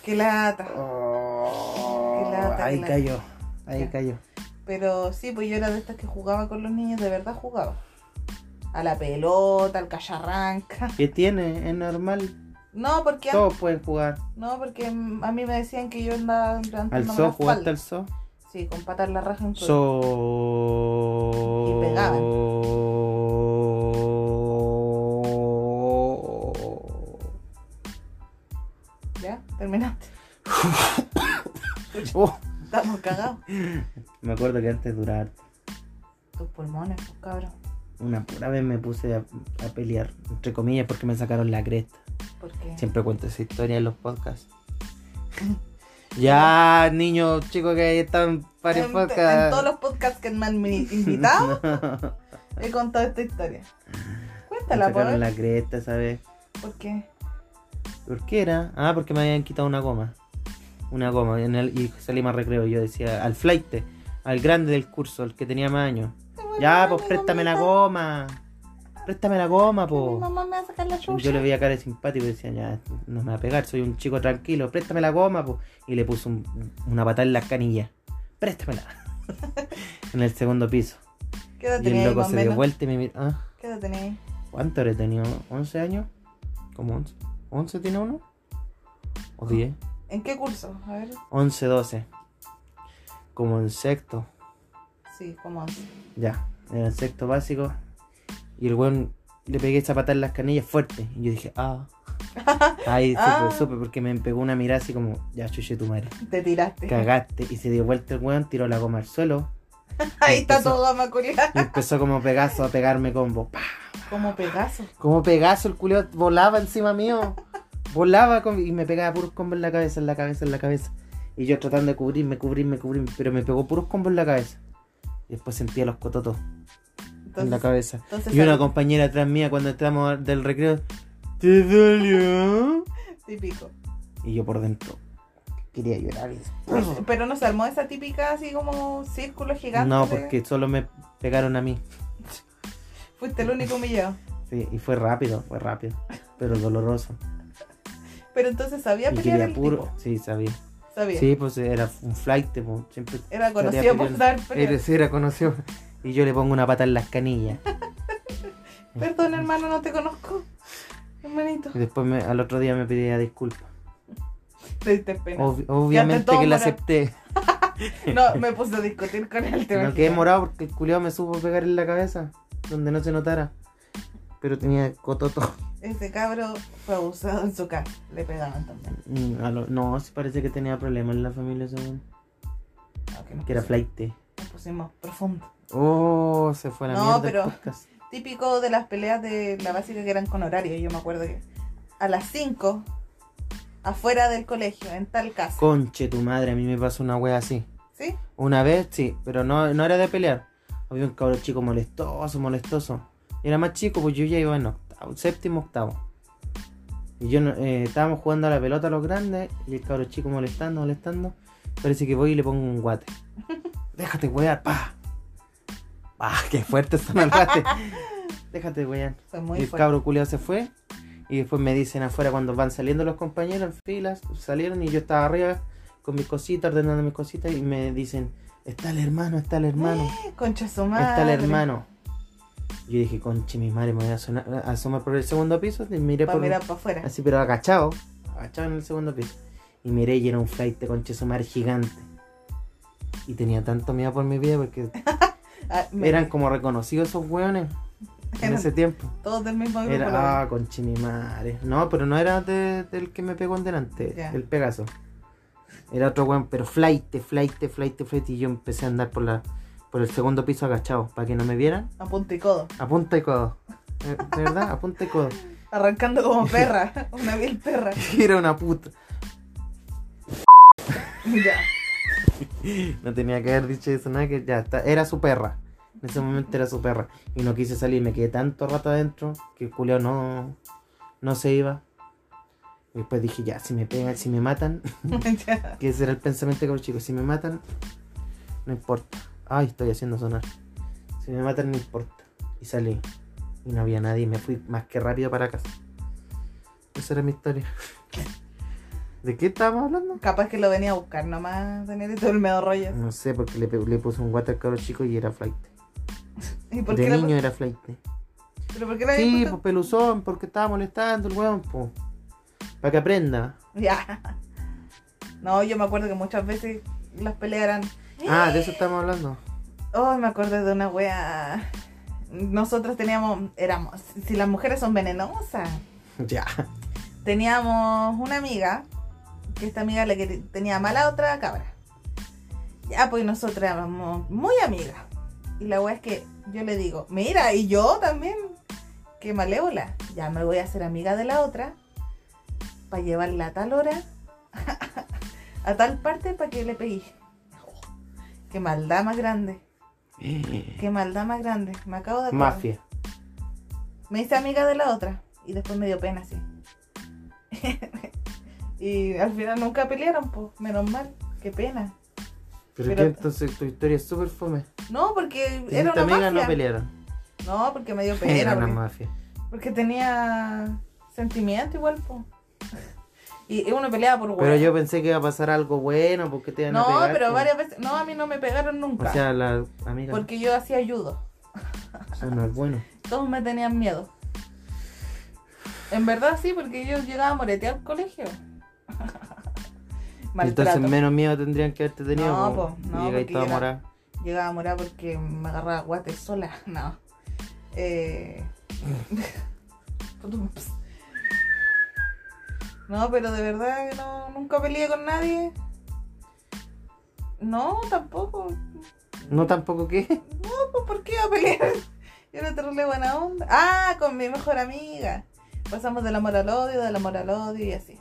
Speaker 2: Qué lata. Qué lata,
Speaker 1: ahí
Speaker 2: qué lata.
Speaker 1: cayó. Ahí
Speaker 2: Ya.
Speaker 1: cayó.
Speaker 2: Pero sí, pues yo era de estas que jugaba con los niños, de verdad jugaba. A la pelota, al callarranca. *laughs*
Speaker 1: ¿Qué tiene? Es normal.
Speaker 2: No, porque an-
Speaker 1: Todos pueden jugar.
Speaker 2: no, porque mm, a mí me decían que yo andaba
Speaker 1: Al
Speaker 2: levantando
Speaker 1: zoo,
Speaker 2: la
Speaker 1: jugaste al zoo.
Speaker 2: Sí, con patar la raja en todo.
Speaker 1: So.
Speaker 2: Y pegaban. ¿Ya? Terminaste. *laughs*
Speaker 1: Oh,
Speaker 2: Estamos cagados.
Speaker 1: me acuerdo que antes durar
Speaker 2: Tus pulmones, pues, cabrón.
Speaker 1: una pura vez me puse a, a pelear, entre comillas, porque me sacaron la cresta.
Speaker 2: Porque
Speaker 1: Siempre cuento esa historia en los
Speaker 2: *laughs*
Speaker 1: podcasts. ya, niños, chicos que ahí están para el
Speaker 2: en,
Speaker 1: podcast. *laughs*
Speaker 2: en todos los podcasts que me han mi- invitado, he contado esta historia.
Speaker 1: me
Speaker 2: Cuéntala, por
Speaker 1: sacaron la cresta, ¿sabes?
Speaker 2: Porque
Speaker 1: ¿Por qué era? Ah, porque me habían quitado una goma. Una goma. en el- y salí más recreo. Yo decía, al flight, al grande del curso, el que tenía más años. Ya, pues préstame la goma. Préstame la goma,
Speaker 2: Mi
Speaker 1: po.
Speaker 2: mamá me va a sacar la chucha.
Speaker 1: Yo le veía cara de simpático y decía, ya, no me va a pegar, soy un chico tranquilo, préstame la goma, po. Y le puso un- una patada en las canillas. Préstamela. *laughs* en el segundo piso.
Speaker 2: ¿Qué edad
Speaker 1: Y el
Speaker 2: tenía ahí,
Speaker 1: loco
Speaker 2: más o
Speaker 1: se dio
Speaker 2: menos?
Speaker 1: vuelta y me miró. Ah,
Speaker 2: ¿Qué edad tenía ahí?
Speaker 1: ¿Cuánto habré tenido? ¿11 años? ¿Como 11? ¿11 tiene uno? ¿O 10?
Speaker 2: ¿En qué curso? A ver.
Speaker 1: 11, 12. Como en sexto.
Speaker 2: Sí, como así.
Speaker 1: Ya, en el sexto básico. Y el weón le pegué esa patada en las canillas fuerte. Y yo dije, ah. Ahí supe,
Speaker 2: Ah.
Speaker 1: supe, porque me pegó una mirada así como, ya chuche tu madre.
Speaker 2: Te tiraste.
Speaker 1: Cagaste. Y se dio vuelta el weón, tiró la goma al suelo.
Speaker 2: *laughs* Ahí está
Speaker 1: Empezó.
Speaker 2: todo gama culiada.
Speaker 1: Y empezó como Pegaso a pegarme combo. Pa.
Speaker 2: Como Pegaso.
Speaker 1: Como Pegaso, el culeo volaba encima mío. Volaba con- y me pegaba puros combos en la cabeza, en la cabeza, en la cabeza. Y yo tratando de cubrirme, cubrirme, cubrirme. Pero me pegó puros combos en la cabeza. Y después sentía los cototos en la
Speaker 2: Entonces,
Speaker 1: cabeza.
Speaker 2: entonces
Speaker 1: Y una
Speaker 2: sal-
Speaker 1: compañera atrás mía cuando estábamos del recreo. ¿Te dolió?
Speaker 2: típico.
Speaker 1: Y yo por dentro. quería llorar. y-
Speaker 2: Pero no se armó esa típica así como círculo gigante.
Speaker 1: No,
Speaker 2: de-
Speaker 1: porque solo me pegaron a mí.
Speaker 2: Fuiste el único humillado.
Speaker 1: Sí, y fue rápido, fue rápido, pero doloroso.
Speaker 2: *laughs* Pero entonces sabía
Speaker 1: Y
Speaker 2: pelear
Speaker 1: quería
Speaker 2: el
Speaker 1: puro,
Speaker 2: tipo.
Speaker 1: sí, sabía.
Speaker 2: Sabía.
Speaker 1: Sí, pues era un flight, pues, siempre
Speaker 2: Era
Speaker 1: Quería
Speaker 2: conocido por
Speaker 1: pelear.
Speaker 2: dar pelea.
Speaker 1: Eres, era conocido. *laughs* Y yo le pongo una pata en las canillas.
Speaker 2: Perdón, hermano, no te conozco. Hermanito,
Speaker 1: Y después me- al otro día me pedía disculpas.
Speaker 2: te diste pena.
Speaker 1: Ob- obviamente
Speaker 2: todo
Speaker 1: que la
Speaker 2: moral.
Speaker 1: acepté.
Speaker 2: No, me puse a discutir con él. te
Speaker 1: No quedé
Speaker 2: imaginas.
Speaker 1: morado porque el culiao me supo pegar en la cabeza, donde no se notara. Pero tenía cototo. *laughs*
Speaker 2: Ese Este cabro fue abusado en su casa. Le pegaban también.
Speaker 1: Mm, a lo- No, sí parece que tenía problemas en la familia, según.
Speaker 2: Aunque nos
Speaker 1: Que era
Speaker 2: pusimos-
Speaker 1: flight.
Speaker 2: nos pusimos profundo.
Speaker 1: Oh, se fue a la
Speaker 2: No,
Speaker 1: mierda
Speaker 2: pero-
Speaker 1: el podcast.
Speaker 2: Típico de las peleas de la básica que eran con horario. Yo me acuerdo que a las 5, afuera del colegio, en tal caso.
Speaker 1: Conche tu madre, a mí me pasó una wea así.
Speaker 2: ¿Sí?
Speaker 1: Una vez, sí, pero no, no era de pelear. Había un cabrón chico molestoso, molestoso. Y era más chico, pues yo ya iba en octavo, séptimo, octavo. Y yo no- eh, estábamos jugando a la pelota a los grandes, y el cabrón chico molestando, molestando. Parece que voy y le pongo un guate. Déjate wear, pa. Ah, qué fuerte son los guates. Déjate wear.
Speaker 2: Fue
Speaker 1: Y
Speaker 2: muy
Speaker 1: el
Speaker 2: fuerte.
Speaker 1: cabro culiao se fue. Y después me dicen afuera cuando van saliendo los compañeros en filas, salieron y yo estaba arriba con mis cositas, ordenando mis cositas y me dicen, está el hermano, está el hermano,
Speaker 2: Concha su madre.
Speaker 1: está el hermano. Yo dije, conche, mi madre, me voy a sonar- a asomar por el segundo piso y miré
Speaker 2: Para
Speaker 1: por...
Speaker 2: mirar para afuera.
Speaker 1: Así, pero agachado, agachado en el segundo piso. Y miré y era un flight de conche su madre gigante. Y tenía tanto miedo por mi vida porque
Speaker 2: Ah, *laughs* me-
Speaker 1: eran como reconocidos esos hueones en
Speaker 2: *laughs* Eran-
Speaker 1: ese tiempo.
Speaker 2: Todos del mismo grupo. la
Speaker 1: Era,
Speaker 2: verdad.
Speaker 1: ah, conche mi madre. No, pero no era de- del que me pegó en delante,
Speaker 2: Ya.
Speaker 1: el Pegaso. Era otro weón, pero flight, flight, flight, flight. Y yo empecé a andar por la por el segundo piso agachado, para que no me vieran.
Speaker 2: A punta y codo.
Speaker 1: A punta y codo. Eh, De verdad, a punta y codo. *laughs*
Speaker 2: Arrancando como perra. *laughs* Una vil perra.
Speaker 1: Era una puta.
Speaker 2: ya. *laughs*
Speaker 1: No tenía que haber dicho eso, nada, que ya está. Era su perra. En ese momento era su perra. Y no quise salir, me quedé tanto rato adentro que el culiao no, no se iba. Y después dije, ya, si me pegan, si me matan,
Speaker 2: ya.
Speaker 1: Que ese era el pensamiento de los chicos. Si me matan, no importa. Ay, estoy haciendo sonar. Si me matan, no importa. Y salí. Y no había nadie. Me fui más que rápido para casa. Esa era mi historia. ¿De qué estábamos hablando?
Speaker 2: Capaz que lo venía a buscar nomás, tener todo el
Speaker 1: *laughs*
Speaker 2: medio rollo.
Speaker 1: No sé, porque le, pe- le puse un water al cabro chico y era flight.
Speaker 2: ¿Y por
Speaker 1: De
Speaker 2: qué la-
Speaker 1: niño era flight.
Speaker 2: ¿Pero por qué la
Speaker 1: Sí,
Speaker 2: habías
Speaker 1: pues
Speaker 2: puesto?
Speaker 1: peluzón, porque estaba molestando el weón, pues. Para que aprenda.
Speaker 2: Ya. No, yo me acuerdo que muchas veces las peleas eran.
Speaker 1: Ah, de eso estamos hablando. *laughs*
Speaker 2: Oh, me acuerdo de una wea. Nosotros teníamos. Éramos. Si las mujeres son venenosas.
Speaker 1: Ya.
Speaker 2: Ah, teníamos una amiga, que esta amiga la que te- tenía mala otra cabra. Ya, pues nosotros éramos muy amigas. Y la weá es que yo le digo, mira, y yo también, que malévola. Ya me voy a hacer amiga de la otra para llevarla a tal hora, *laughs* a tal parte para que le pegué. Oh, Qué maldad más grande, qué maldad más grande. Me acabo de acordar.
Speaker 1: Mafia.
Speaker 2: Me hice amiga de la otra y después me dio pena, sí. *laughs* y al final nunca pelearon, pues, menos mal, qué pena.
Speaker 1: Pero,
Speaker 2: Pero-
Speaker 1: que entonces tu historia es súper fome.
Speaker 2: No, porque
Speaker 1: Y
Speaker 2: era
Speaker 1: esta
Speaker 2: una
Speaker 1: amiga no
Speaker 2: mafia.
Speaker 1: pelearon.
Speaker 2: No, porque me dio pena,
Speaker 1: *laughs* Era una
Speaker 2: porque,
Speaker 1: mafia.
Speaker 2: porque tenía sentimiento igual, pues. Y y uno peleaba por
Speaker 1: Pero
Speaker 2: hueá.
Speaker 1: yo pensé que iba a pasar algo bueno porque te iban a
Speaker 2: No,
Speaker 1: pegar.
Speaker 2: pero
Speaker 1: po.
Speaker 2: varias veces, no, a mí no me pegaron nunca,
Speaker 1: O sea, las amigas
Speaker 2: porque yo hacía judo.
Speaker 1: son las buenas.
Speaker 2: Todos me tenían miedo. En verdad sí, porque yo llegaba a moretear al colegio. *laughs*
Speaker 1: Entonces
Speaker 2: Maltrato.
Speaker 1: menos miedo tendrían que haberte tenido.
Speaker 2: No,
Speaker 1: po.
Speaker 2: po, no,
Speaker 1: Y llegáis
Speaker 2: porque
Speaker 1: toda
Speaker 2: era-
Speaker 1: morada.
Speaker 2: Llegaba a morar porque me agarraba guate sola. *laughs* No. Eh... *laughs* no, pero de verdad que no, nunca peleé con nadie. No, tampoco.
Speaker 1: No tampoco
Speaker 2: *laughs*
Speaker 1: que.
Speaker 2: Pues, ¿Por qué iba a pelear? *laughs* Yo era terrible buena onda. Ah, con mi mejor amiga. Pasamos del amor al odio, del amor al odio y así.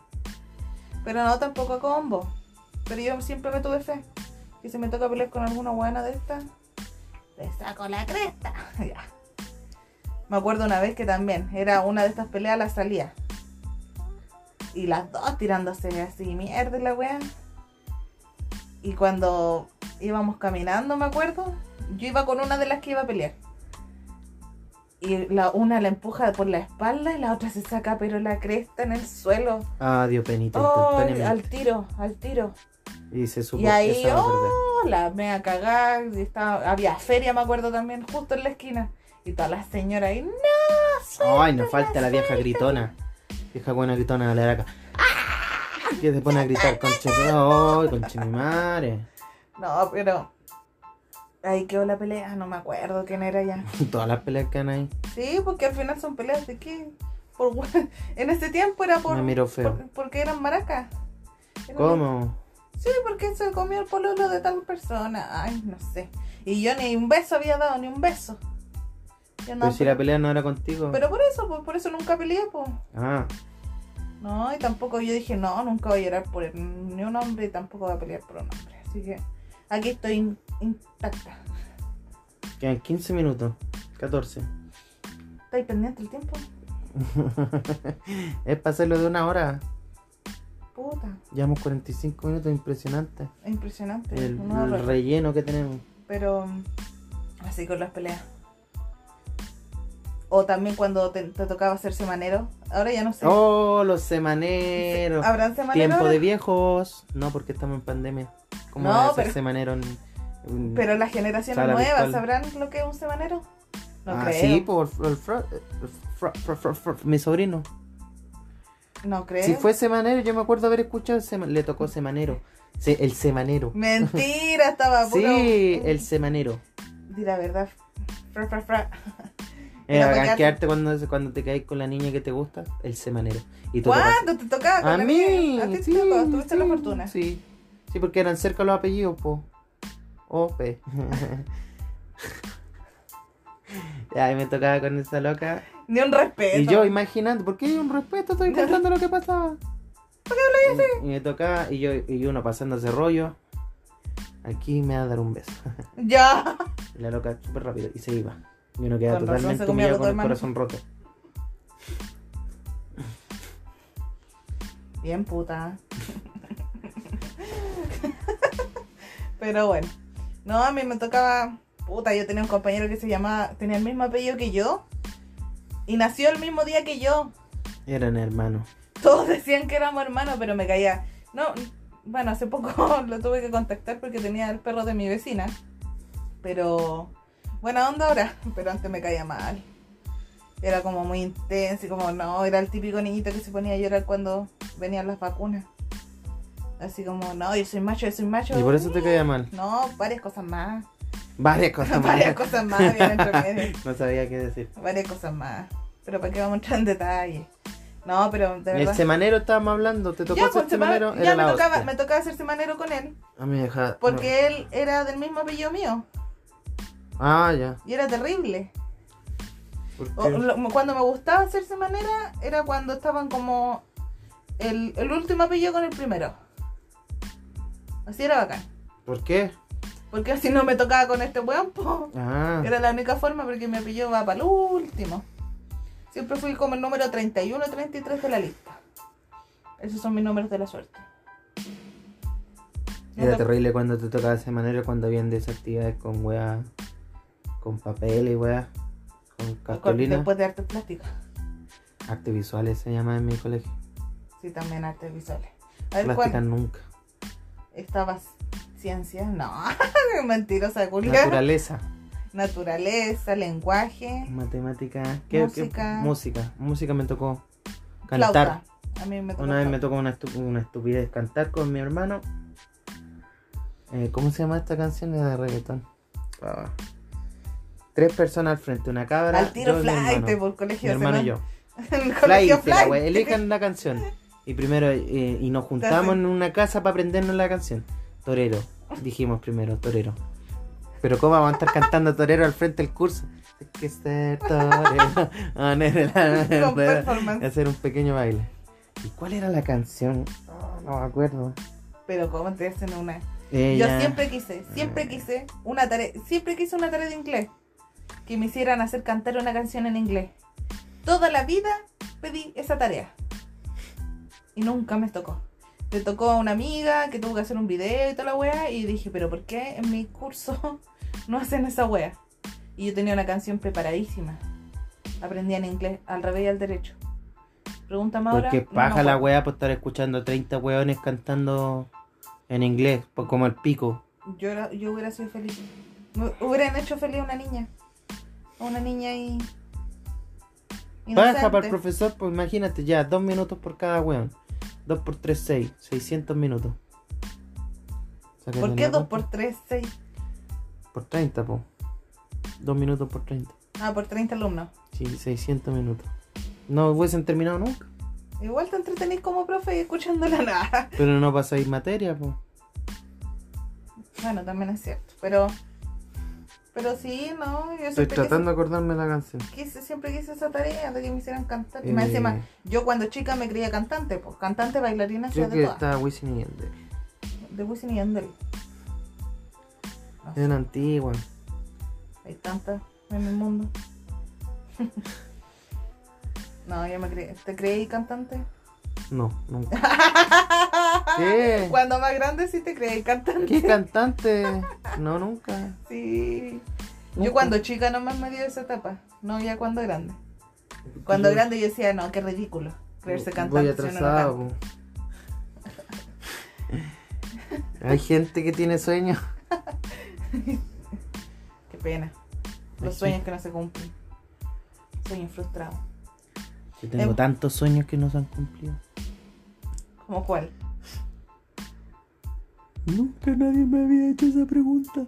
Speaker 2: Pero no, tampoco a combo. Pero yo siempre me tuve fe. Que si me toca pelear con alguna buena de estas, te saco la cresta. *laughs* Ya. Me acuerdo una vez que también era una de estas peleas la salía. Y las dos tirándose así, mierda y la wea. Y cuando íbamos caminando, me acuerdo, yo iba con una de las que iba a pelear. Y la una la empuja por la espalda y la otra se saca pero la cresta en el suelo.
Speaker 1: Ah, dio penita
Speaker 2: Oh, al
Speaker 1: instantáneamente.
Speaker 2: tiro, al tiro.
Speaker 1: Y se supo
Speaker 2: y
Speaker 1: que
Speaker 2: ahí,
Speaker 1: esa va a perder.
Speaker 2: Oh, la me a cagar. y estaba- había feria, me acuerdo también, justo en la esquina. Y todas las señoras ahí, no,
Speaker 1: Ay, nos falta la vieja gritona. Vieja buena gritona de la araca. Que se pone a gritar con ay, con chimimare.
Speaker 2: No, pero. Ahí quedó la pelea, no me acuerdo quién era ya.
Speaker 1: *laughs* Todas las peleas que han ahí.
Speaker 2: Sí, porque al final son peleas de qué? Por, *laughs* hue- en ese tiempo era por.
Speaker 1: Me miro feo.
Speaker 2: por- porque eran maracas. Era-
Speaker 1: ¿Cómo?
Speaker 2: Sí, porque se comió el pololo de tal persona. Ay, no sé. Y yo ni un beso había dado, ni un beso. Yo
Speaker 1: Pero Pues si la pelea no era contigo.
Speaker 2: pero por eso, pues, por eso nunca peleé, pues.
Speaker 1: Ah,
Speaker 2: No, y tampoco yo dije, no, nunca voy a llorar por ni un hombre y tampoco voy a pelear por un hombre. Así que aquí estoy in- intacta.
Speaker 1: quedan 15 minutos. 14.
Speaker 2: ¿Estáis pendiente el tiempo?
Speaker 1: *laughs* es para hacerlo de una hora.
Speaker 2: Puta,
Speaker 1: Llevamos 45 minutos, impresionante.
Speaker 2: impresionante.
Speaker 1: El,
Speaker 2: un horror.
Speaker 1: el relleno que tenemos.
Speaker 2: Pero mm, así con las peleas. O también cuando te, te tocaba hacer semanero. Ahora ya no sé.
Speaker 1: Oh, los semaneros.
Speaker 2: ¿Habrán semanero?
Speaker 1: Tiempo
Speaker 2: ahora?
Speaker 1: de viejos. No, porque estamos en pandemia. ¿Cómo
Speaker 2: No,
Speaker 1: van a ser
Speaker 2: pero-
Speaker 1: semaneros? en- en-
Speaker 2: Pero las generaciones
Speaker 1: Sala
Speaker 2: nuevas,
Speaker 1: virtual.
Speaker 2: ¿sabrán lo que es un semanero? No
Speaker 1: ah,
Speaker 2: creo.
Speaker 1: sí, por el fro- el fro- fro- fro- fro- mi sobrino.
Speaker 2: No creo.
Speaker 1: Si fue semanero, yo me acuerdo haber escuchado, el sema- le tocó semanero. Se- el semanero.
Speaker 2: Mentira, estaba
Speaker 1: *laughs*
Speaker 2: puro.
Speaker 1: Sí, el semanero.
Speaker 2: Di la verdad. Fra, fra, fra. Era
Speaker 1: Era
Speaker 2: para
Speaker 1: Eh, bacán
Speaker 2: quedarse-
Speaker 1: quedarte cuando, cuando te caes con la niña que te gusta, el semanero. Y tú te pasas-
Speaker 2: ¿Cuándo te tocaba? con
Speaker 1: A
Speaker 2: la
Speaker 1: mí.
Speaker 2: mía? A ti te
Speaker 1: sí,
Speaker 2: tocó, tuviste la
Speaker 1: sí,
Speaker 2: fortuna.
Speaker 1: Sí. Sí, porque eran cerca los apellidos, po. O, *laughs* P. Ya, y me tocaba con esa loca.
Speaker 2: Ni un respeto.
Speaker 1: Y yo imaginando, ¿por qué hay un respeto?
Speaker 2: *laughs*
Speaker 1: Estoy contando lo que pasaba. Y, y me tocaba, y yo, y uno pasando ese rollo. Aquí me va a dar un beso. *laughs*
Speaker 2: Ya.
Speaker 1: Y la loca súper rápido. Y se iba. Y uno queda
Speaker 2: Con razón
Speaker 1: totalmente
Speaker 2: se comía
Speaker 1: humillado con
Speaker 2: los dos
Speaker 1: el
Speaker 2: hermanos.
Speaker 1: corazón roto.
Speaker 2: Bien puta. Pero bueno. No, a mí me tocaba. Puta, yo tenía un compañero que se llamaba. Tenía el mismo apellido que yo. Y nació el mismo día que yo.
Speaker 1: Eran hermanos.
Speaker 2: Todos decían que éramos hermanos, pero me caía. No, bueno, hace poco *laughs* lo tuve que contactar porque tenía el perro de mi vecina. Pero. Buena onda ahora, pero antes me caía mal. Era como muy intenso y como no, era el típico niñito que se ponía a llorar cuando venían las vacunas. Así como, no, yo soy macho, yo soy macho. Mm,
Speaker 1: Y por eso te caía mal. *laughs*
Speaker 2: No, varias cosas más.
Speaker 1: Varias cosas más.
Speaker 2: *laughs* varias cosas más, bien entre medio
Speaker 1: no sabía qué decir.
Speaker 2: varias cosas más. Pero para qué vamos a entrar en detalle. No, pero de
Speaker 1: El
Speaker 2: verdad.
Speaker 1: semanero estábamos hablando, te tocó
Speaker 2: Ya,
Speaker 1: ser
Speaker 2: pues, semana-
Speaker 1: semanero.
Speaker 2: ya
Speaker 1: Era
Speaker 2: me,
Speaker 1: la
Speaker 2: tocaba,
Speaker 1: hostia. Ah,
Speaker 2: me tocaba ser semanero con él,
Speaker 1: A mí me dejaba-
Speaker 2: porque él era del mismo apellido mío
Speaker 1: no. Ah, ya.
Speaker 2: y era terrible.
Speaker 1: ¿Por
Speaker 2: O-
Speaker 1: qué?
Speaker 2: lo- cuando me gustaba ser semanera era cuando estaban como el, el último apellido con el primero. Así era bacán.
Speaker 1: ¿Por qué?
Speaker 2: Porque así no me tocaba con este weón, po.
Speaker 1: Ah,
Speaker 2: Era la única forma porque mi apellido va para el último. Siempre fui como el número 31, 33 de la lista. Esos son mis números de la suerte. No
Speaker 1: era
Speaker 2: te-
Speaker 1: terrible cuando te tocaba semanero, cuando habían de esas actividades con weá, con papel y weá, con cartulina.
Speaker 2: Después de artes plásticas.
Speaker 1: Arte visuales se llama en mi colegio.
Speaker 2: Sí, también artes visuales. A ver,
Speaker 1: Plástica
Speaker 2: ¿cuál?
Speaker 1: nunca.
Speaker 2: Estabas ciencias, no. *laughs* Mentirosa, Julia.
Speaker 1: Naturaleza,
Speaker 2: Naturaleza, lenguaje,
Speaker 1: matemática, ¿qué,
Speaker 2: Música.
Speaker 1: música. música, música me tocó cantar.
Speaker 2: flauta. A mí me tocó.
Speaker 1: Una vez me
Speaker 2: flauta.
Speaker 1: tocó una, estu- una estupidez cantar con mi hermano. Eh, ¿Cómo se llama esta canción? Es de reggaetón. Ah. Tres personas al frente, una cabra.
Speaker 2: Al tiro
Speaker 1: yo y mi hermano.
Speaker 2: flight por
Speaker 1: Mi
Speaker 2: colegio.
Speaker 1: hermano y
Speaker 2: *laughs*
Speaker 1: yo.
Speaker 2: El
Speaker 1: Flight,
Speaker 2: colegio
Speaker 1: la wea,
Speaker 2: flight.
Speaker 1: elijan la canción. Y primero, eh, y nos juntamos en una casa para aprendernos la canción. Torero, dijimos primero, torero. Pero ¿cómo vamos a estar cantando torero al frente del curso? Hay que ser
Speaker 2: *laughs*
Speaker 1: torero.
Speaker 2: *laughs*
Speaker 1: Ah, *laughs*
Speaker 2: Con
Speaker 1: Con
Speaker 2: performance.
Speaker 1: hacer un pequeño baile. ¿Y cuál era la canción? Ah, no me acuerdo.
Speaker 2: Pero cómo te hacen una.
Speaker 1: Ella-
Speaker 2: Yo siempre quise, siempre quise una tarea, siempre quise una tarea de inglés. Que me hicieran hacer cantar una canción en inglés. Toda la vida pedí esa tarea. Y nunca me tocó. le tocó a una amiga que tuvo que hacer un video y toda la wea. Y dije, pero ¿por qué en mi curso *laughs* no hacen esa wea? Y yo tenía una canción preparadísima. Aprendía en inglés, al revés y al derecho. Pregúntame ahora.
Speaker 1: Porque
Speaker 2: no me
Speaker 1: paja la
Speaker 2: acuerdo.
Speaker 1: weá por estar escuchando 30 weones cantando en inglés, pues como el pico.
Speaker 2: Yo, era- yo hubiera sido feliz. Me hubieran hecho feliz a una niña. A una niña y.
Speaker 1: Paja para
Speaker 2: inocente.
Speaker 1: el profesor, pues imagínate ya, dos minutos por cada weón. Dos por tres, seis. 600 minutos.
Speaker 2: ¿Por qué 2 por 3, 6?
Speaker 1: Por 30, po. Dos minutos por 30.
Speaker 2: Ah, por 30 alumnos.
Speaker 1: Sí, 600 minutos. No hubiesen terminado nunca,
Speaker 2: Igual te entretenís como profe y escuchando la *laughs* nada.
Speaker 1: pero no pasáis materia, po.
Speaker 2: Bueno, también es cierto. Pero. Pero sí, no. Yo
Speaker 1: Estoy
Speaker 2: siempre quise-
Speaker 1: tratando de acordarme la canción.
Speaker 2: quise- siempre quise esa tarea de que me hicieran cantar. Y
Speaker 1: Eh,
Speaker 2: más encima, yo cuando chica me creía cantante, pues cantante, bailarina,
Speaker 1: Creo
Speaker 2: hacía de
Speaker 1: que
Speaker 2: todas.
Speaker 1: está Wisin y Yandel.
Speaker 2: De Wisin y Yandel. No
Speaker 1: Es
Speaker 2: sé,
Speaker 1: una antigua.
Speaker 2: hay tantas en el mundo. *laughs* no, yo me creí. ¿Te creí cantante?
Speaker 1: No,
Speaker 2: *laughs*
Speaker 1: nunca. ¿Qué?
Speaker 2: Cuando más grande sí te creí cantante.
Speaker 1: ¿Qué cantante? No, nunca.
Speaker 2: Sí.
Speaker 1: Nunca.
Speaker 2: Yo cuando chica nomás me dio esa etapa. No ya cuando grande. Cuando
Speaker 1: Yo-
Speaker 2: grande yo decía, no, qué ridículo. Creerse cantante.
Speaker 1: Voy
Speaker 2: si uno no
Speaker 1: atrasado,
Speaker 2: canta.
Speaker 1: po. Hay gente que tiene sueños.
Speaker 2: Qué pena. Los
Speaker 1: Sí.
Speaker 2: sueños que no se cumplen. Sueños frustrados.
Speaker 1: Yo tengo
Speaker 2: Eh.
Speaker 1: tantos sueños que no se han cumplido.
Speaker 2: ¿Como cuál?
Speaker 1: Nunca nadie me había hecho esa pregunta.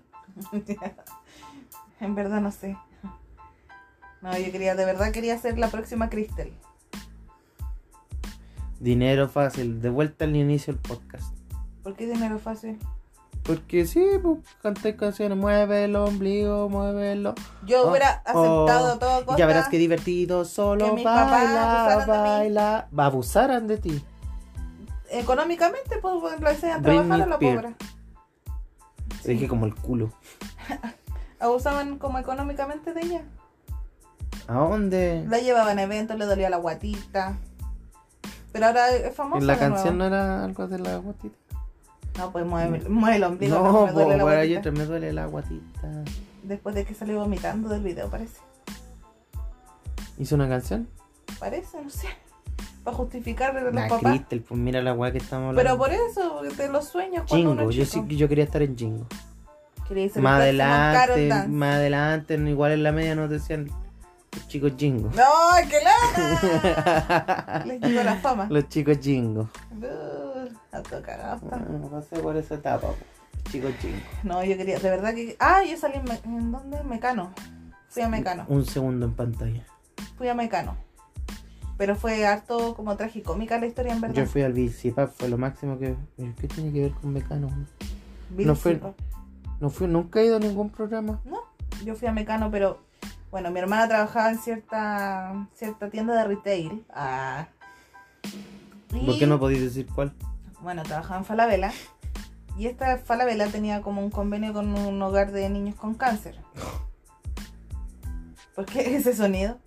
Speaker 2: en verdad no sé. *laughs* No, yo quería, de verdad quería ser la próxima Crystal.
Speaker 1: Dinero fácil, de vuelta al inicio del podcast.
Speaker 2: ¿Por qué dinero fácil?
Speaker 1: Porque sí, pues, canté canciones, mueve el ombligo, muévelo.
Speaker 2: Yo
Speaker 1: Oh,
Speaker 2: hubiera
Speaker 1: oh,
Speaker 2: aceptado a toda
Speaker 1: Y
Speaker 2: costa.
Speaker 1: ya verás qué divertido,
Speaker 2: que
Speaker 1: solo
Speaker 2: mis papás
Speaker 1: baila,
Speaker 2: abusaran de mí.
Speaker 1: baila. Abusaran de ti.
Speaker 2: Económicamente, pues, la hice a
Speaker 1: Britney
Speaker 2: trabajar a la
Speaker 1: Spears.
Speaker 2: pobre.
Speaker 1: Te dije como el culo.
Speaker 2: Abusaban como económicamente de ella.
Speaker 1: ¿A dónde?
Speaker 2: La llevaban a eventos, le dolía la guatita. Pero ahora es famosa.
Speaker 1: ¿En la
Speaker 2: de
Speaker 1: canción
Speaker 2: nuevo.
Speaker 1: no era algo de la guatita?
Speaker 2: no. pues mueve, mueve el ombligo.
Speaker 1: no,
Speaker 2: No, me
Speaker 1: po,
Speaker 2: duele la
Speaker 1: para
Speaker 2: guatita.
Speaker 1: yo me duele la guatita.
Speaker 2: Después de que salió vomitando del video, parece.
Speaker 1: ¿Hizo una canción?
Speaker 2: Parece, no sé. Para justificar a los
Speaker 1: La
Speaker 2: papás.
Speaker 1: Crystal, pues mira la guay que estamos hablando.
Speaker 2: Pero por eso, de los sueños cuando uno
Speaker 1: Jingo,
Speaker 2: es
Speaker 1: yo sí
Speaker 2: chico.
Speaker 1: yo quería estar en Jingo.
Speaker 2: Quería irse al
Speaker 1: Más
Speaker 2: próximo Carol
Speaker 1: adelante,
Speaker 2: Dance.
Speaker 1: más adelante, igual en la media nos decían los chicos Jingo.
Speaker 2: ¡No, qué lata! Les llegó la fama.
Speaker 1: *laughs* los chicos Jingo.
Speaker 2: Uh, a tocar
Speaker 1: Ah,
Speaker 2: gafas.
Speaker 1: No pasé por esa etapa, po. Los chicos Jingo.
Speaker 2: No, yo quería, de verdad que. Ah, yo salí en, Me- ¿en dónde? Mecano. Fui a Mecano.
Speaker 1: Un segundo en pantalla.
Speaker 2: fui a Mecano. Pero fue harto como tragicómica la historia en verdad.
Speaker 1: Yo fui al Bicipap, fue lo máximo que. pero ¿Qué tiene que ver con Mecano?
Speaker 2: Bill
Speaker 1: no fue-
Speaker 2: Cipro.
Speaker 1: No fui, nunca he ido a ningún programa.
Speaker 2: Yo fui a Mecano, pero bueno, mi hermana trabajaba en cierta cierta tienda de retail. Ah. Y,
Speaker 1: ¿Por qué no podéis decir cuál?
Speaker 2: Bueno, trabajaba en Falabella. Y esta Falabella tenía como un convenio con un hogar de niños con cáncer.
Speaker 1: *laughs*
Speaker 2: ¿Por qué ese sonido?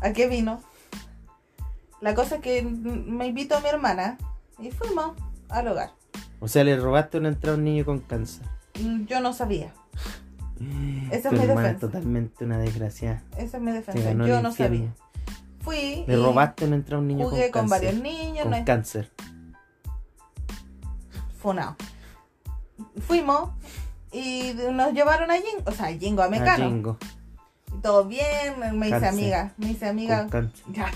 Speaker 2: ¿A qué vino? La cosa es que mm, me invitó mi hermana y fuimos al hogar.
Speaker 1: O sea, le robaste una entrada a un niño con cáncer.
Speaker 2: Mm, Yo no sabía. Esa
Speaker 1: Tu
Speaker 2: es mi
Speaker 1: hermana
Speaker 2: defensa.
Speaker 1: totalmente una desgracia.
Speaker 2: Esa es mi
Speaker 1: Te
Speaker 2: defensa.
Speaker 1: ganó
Speaker 2: Yo
Speaker 1: el
Speaker 2: no
Speaker 1: infierno.
Speaker 2: sabía. Fui
Speaker 1: Le
Speaker 2: y
Speaker 1: robaste una entrada a un niño
Speaker 2: jugué con,
Speaker 1: con
Speaker 2: varios
Speaker 1: cáncer.
Speaker 2: niños, no
Speaker 1: con
Speaker 2: es
Speaker 1: cáncer.
Speaker 2: funado. Fuimos y nos llevaron a Jingo, o sea, a Jingo a Mecano.
Speaker 1: A Jingo,
Speaker 2: Y todo bien, me- me hice
Speaker 1: Cáncer.
Speaker 2: amiga, me hice amiga,
Speaker 1: con cáncer.
Speaker 2: ya,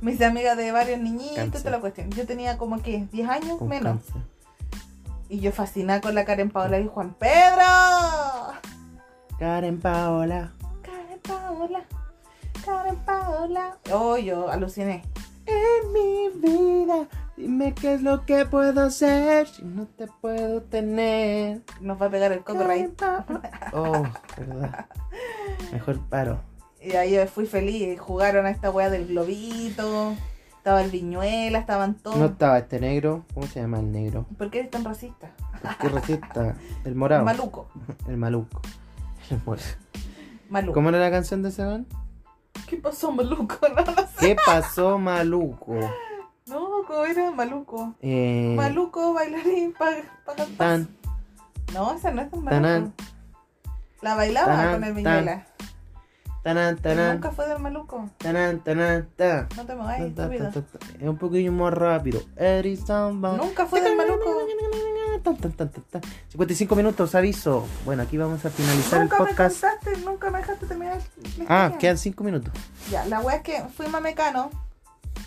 Speaker 2: me hice amiga de varios niñitos, y
Speaker 1: Cáncer.
Speaker 2: toda la cuestión. Yo tenía como que 10 años
Speaker 1: Con
Speaker 2: menos.
Speaker 1: cáncer.
Speaker 2: Y yo fascinada con la Karen Paola y Juan Pedro.
Speaker 1: Karen Paola.
Speaker 2: Karen Paola, Karen Paola. Oh, yo aluciné.
Speaker 1: En mi vida, dime qué es lo que puedo ser si no te puedo tener.
Speaker 2: Nos va a pegar el copyright.
Speaker 1: Karen Paola. Oh, verdad. Mejor paro.
Speaker 2: Y ahí yo fui feliz. Jugaron a esta weá del globito. Estaba el viñuela, estaban todos.
Speaker 1: No estaba este negro. ¿Cómo se llama el negro?
Speaker 2: ¿Por qué eres tan racista?
Speaker 1: ¿Por qué recita? El morado.
Speaker 2: Maluco.
Speaker 1: El maluco. El morado.
Speaker 2: Maluco.
Speaker 1: ¿Cómo era la canción de ese man?
Speaker 2: ¿Qué pasó, maluco? No, no sé.
Speaker 1: ¿Qué pasó, maluco?
Speaker 2: No, Maluco era Maluco.
Speaker 1: Eh,
Speaker 2: Maluco, bailarín, pagan pagan
Speaker 1: Tan,
Speaker 2: No, esa no es tan
Speaker 1: Tanán.
Speaker 2: maluco. La bailaba
Speaker 1: Tanán,
Speaker 2: con el
Speaker 1: tan.
Speaker 2: Viñuela.
Speaker 1: tanan,
Speaker 2: pero
Speaker 1: tanan,
Speaker 2: Nunca fue del maluco.
Speaker 1: tanan, tanan, ta.
Speaker 2: No te mováis,
Speaker 1: Ta, ta, ta,
Speaker 2: estúpido.
Speaker 1: ta, ta. Es un poquillo más rápido. Every samba.
Speaker 2: Nunca fue del maluco.
Speaker 1: Tan, tan, tan, tan, tan. 55 minutos, aviso. Bueno, aquí vamos a finalizar
Speaker 2: Nunca
Speaker 1: el
Speaker 2: me
Speaker 1: podcast.
Speaker 2: contaste, nunca me dejaste terminar. la
Speaker 1: Ah,
Speaker 2: historia.
Speaker 1: quedan 5 minutos.
Speaker 2: Ya, la wea es que fuimos a Mecano.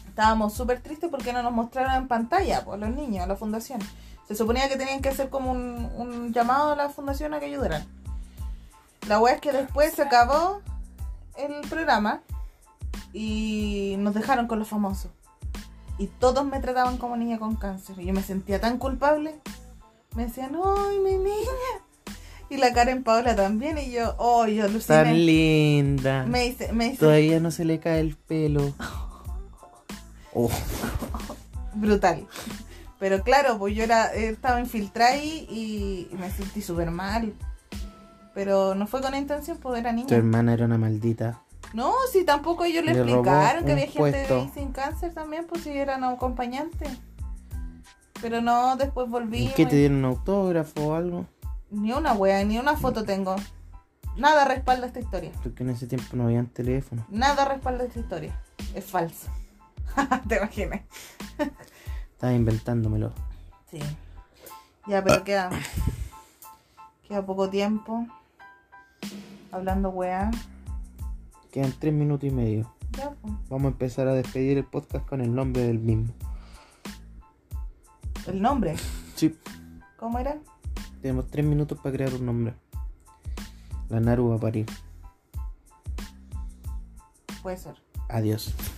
Speaker 2: Estábamos súper tristes porque no nos mostraron en pantalla, pues los niños, a la fundación. Se suponía que tenían que hacer como un, un llamado a la fundación a que ayudaran. La wea es que después se acabó el programa y nos dejaron con los famosos. Y todos me trataban como niña con cáncer. Y yo me sentía tan culpable. Me decían, ¡ay, mi niña! Y la Karen Paola también. Y yo, ¡oh, yo
Speaker 1: Tan
Speaker 2: aluciné!
Speaker 1: linda.
Speaker 2: Me dice, me dice,
Speaker 1: Todavía no se le cae el
Speaker 2: *laughs*
Speaker 1: pelo. Oh,
Speaker 2: brutal. Pero claro, pues yo era, estaba infiltrada ahí y, y me sentí súper mal. Pero no fue con intención, pues era
Speaker 1: tu
Speaker 2: niña.
Speaker 1: hermana era una maldita.
Speaker 2: No, si tampoco ellos le,
Speaker 1: Le robó
Speaker 2: explicaron que
Speaker 1: un
Speaker 2: había gente
Speaker 1: puesto.
Speaker 2: ahí sin cáncer también, pues si eran acompañantes. Pero no, después volví.
Speaker 1: ¿Y qué te dieron un autógrafo o algo?
Speaker 2: Ni una wea, ni una foto tengo. Nada respalda esta historia.
Speaker 1: Porque en ese tiempo no habían teléfono.
Speaker 2: Nada respalda esta historia. Es falso. *laughs* Te imaginas.
Speaker 1: Estaba inventándomelo.
Speaker 2: Sí. Ya, pero queda. Queda poco tiempo. Hablando weá.
Speaker 1: Quedan 3 minutos y medio.
Speaker 2: Ya, pues.
Speaker 1: Vamos a empezar a despedir el podcast con el nombre del mismo.
Speaker 2: El nombre.
Speaker 1: Sí,
Speaker 2: ¿Cómo era?
Speaker 1: tenemos 3 minutos para crear un nombre. La Naru va a parir.
Speaker 2: Puede ser.
Speaker 1: Adiós.